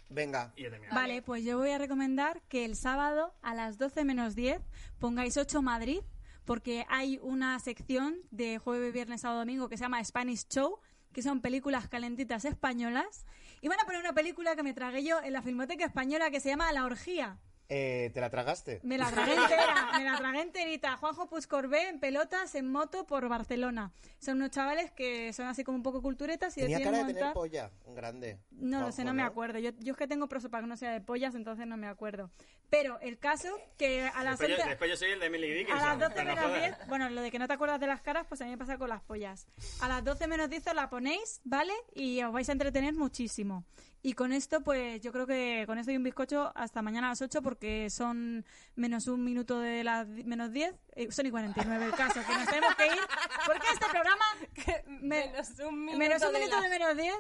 Speaker 4: Venga.
Speaker 5: Y he terminado.
Speaker 1: Vale, pues yo voy a recomendar que el sábado a las 12 menos 10 pongáis 8 Madrid, porque hay una sección de jueves, viernes, sábado, domingo que se llama Spanish Show, que son películas calentitas españolas. Y van a poner una película que me tragué yo en la Filmoteca Española que se llama La Orgía.
Speaker 4: Eh, ¿Te la tragaste?
Speaker 1: Me la tragué entera, me la tragué enterita. Juanjo Puscorbé en pelotas, en moto, por Barcelona. Son unos chavales que son así como un poco culturetas y
Speaker 4: Tenía
Speaker 1: deciden
Speaker 4: cara de tener
Speaker 1: montar-
Speaker 4: polla, grande.
Speaker 1: no lo sé, no
Speaker 4: Juanjo,
Speaker 1: me acuerdo. Yo, yo es que tengo prosopagnosia de pollas, entonces no me acuerdo. Pero el caso que a las
Speaker 5: Después, yo,
Speaker 1: 11
Speaker 5: después yo soy el de Emily
Speaker 1: a
Speaker 5: Dickinson.
Speaker 1: las 12
Speaker 5: pero no
Speaker 1: menos
Speaker 5: jodas.
Speaker 1: 10, bueno, lo de que no te acuerdas de las caras, pues a mí me pasa con las pollas. A las 12 menos 10 os la ponéis, ¿vale? Y os vais a entretener muchísimo. Y con esto, pues yo creo que con esto y un bizcocho hasta mañana a las 8, porque son menos un minuto de las di- menos 10, eh, son y 49 el caso, que nos tenemos que ir, porque este programa me-
Speaker 2: menos un minuto,
Speaker 1: menos un
Speaker 2: de
Speaker 1: minuto
Speaker 2: la-
Speaker 1: de menos 10.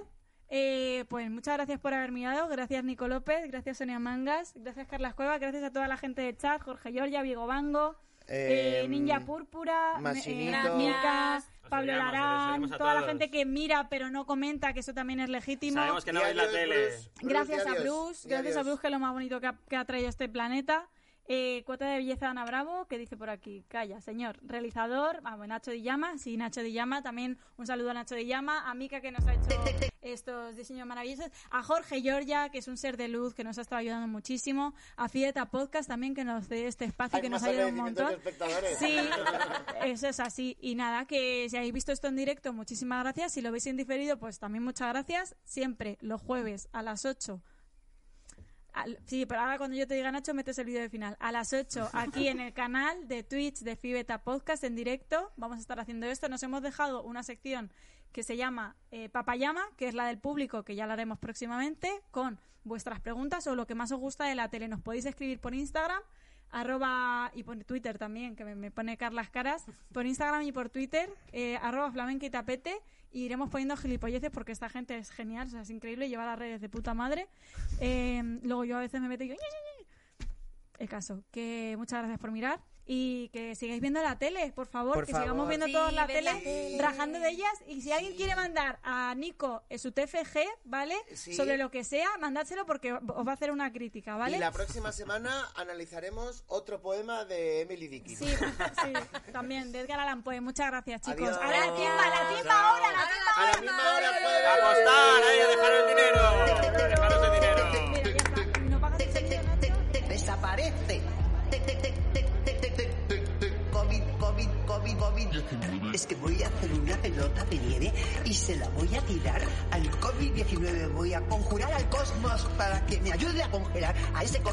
Speaker 1: Eh, pues muchas gracias por haber mirado. Gracias, Nico López. Gracias, Sonia Mangas. Gracias, Carlas Cueva. Gracias a toda la gente de chat: Jorge Giorgia, Viego Bango, eh,
Speaker 4: Eh,
Speaker 1: Ninja Púrpura,
Speaker 4: Masinito.
Speaker 1: Mika,
Speaker 5: Os
Speaker 1: Pablo
Speaker 5: odiamos, os
Speaker 1: Larán,
Speaker 5: odiamos a
Speaker 1: toda la
Speaker 5: todos.
Speaker 1: gente que mira pero no comenta, que eso también es legítimo.
Speaker 5: Sabemos que no
Speaker 4: Y
Speaker 5: veis la
Speaker 4: adiós,
Speaker 5: tele.
Speaker 4: Bruce. Bruce,
Speaker 1: Gracias
Speaker 4: y
Speaker 1: a
Speaker 4: adiós.
Speaker 1: Bruce,
Speaker 4: Y
Speaker 1: gracias a
Speaker 4: adiós.
Speaker 1: Bruce, que es lo más bonito que ha, que ha traído este planeta. Eh, cuota de belleza de Ana Bravo, que dice por aquí, calla, señor, realizador, vamos, Nacho Di Llama, sí, Nacho Di Llama, también un saludo a Nacho Di Llama, a Mika que nos ha hecho estos diseños maravillosos, a Jorge Giorgia, que es un ser de luz que nos ha estado ayudando muchísimo, a Fieta Podcast también que nos dé este espacio
Speaker 4: Hay
Speaker 1: que nos
Speaker 4: más
Speaker 1: ayuda un
Speaker 4: agradecimientos
Speaker 1: montón.
Speaker 4: que espectadores.
Speaker 1: Sí, eso es así. Y nada, que si habéis visto esto en directo, muchísimas gracias. Si lo veis en diferido, pues también muchas gracias. Siempre los jueves a las 8. Al- sí, pero ahora cuando yo te diga Nacho, metes el vídeo de final. A las 8, aquí en el canal de Twitch de Fibeta Podcast en directo, vamos a estar haciendo esto. Nos hemos dejado una sección que se llama eh, Papayama, que es la del público, que ya la haremos próximamente, con vuestras preguntas o lo que más os gusta de la tele. Nos podéis escribir por Instagram, arroba y por Twitter también, que me, me pone Carlas Caras, por Instagram y por Twitter, eh, arroba flamenca y tapete, y iremos poniendo gilipolleces porque esta gente es genial, o sea, es increíble, lleva las redes de puta madre. Eh, luego yo a veces me meto y digo, "Ñe, ñe, ñe". el caso, que muchas gracias por mirar. Y que sigáis viendo la tele, por favor,
Speaker 4: Por
Speaker 1: que
Speaker 4: favor.
Speaker 1: sigamos viendo
Speaker 2: Sí,
Speaker 1: todos la
Speaker 2: ved la
Speaker 1: tele,
Speaker 2: tele.
Speaker 1: rajando de ellas. Y si alguien quiere mandar a Nico eh, su TFG, ¿vale?
Speaker 4: Sí.
Speaker 1: Sobre lo que sea, mandádselo porque os va a hacer una crítica, ¿vale?
Speaker 4: Y la próxima semana analizaremos otro poema de Emily Dickinson.
Speaker 1: Sí, sí, también, de Edgar Allan Poe. Muchas gracias, chicos.
Speaker 4: Adiós.
Speaker 1: Ahora la timba, la timba
Speaker 5: Chao.
Speaker 1: ahora, la timba.
Speaker 4: A la misma hora jueves.
Speaker 5: A apostar, ahí, a dejar el dinero. Dejaros el dinero.
Speaker 1: Mira, ya está. ¿No pagas el sonido, Nacho?
Speaker 6: Desaparece. Tic, tic, tic, tic, tic, tic, tic, tic, tic. COVID, COVID, COVID, COVID. Es que voy a hacer una pelota de nieve y se la voy a tirar al COVID-19. Voy a conjurar al cosmos para que me ayude a congelar a ese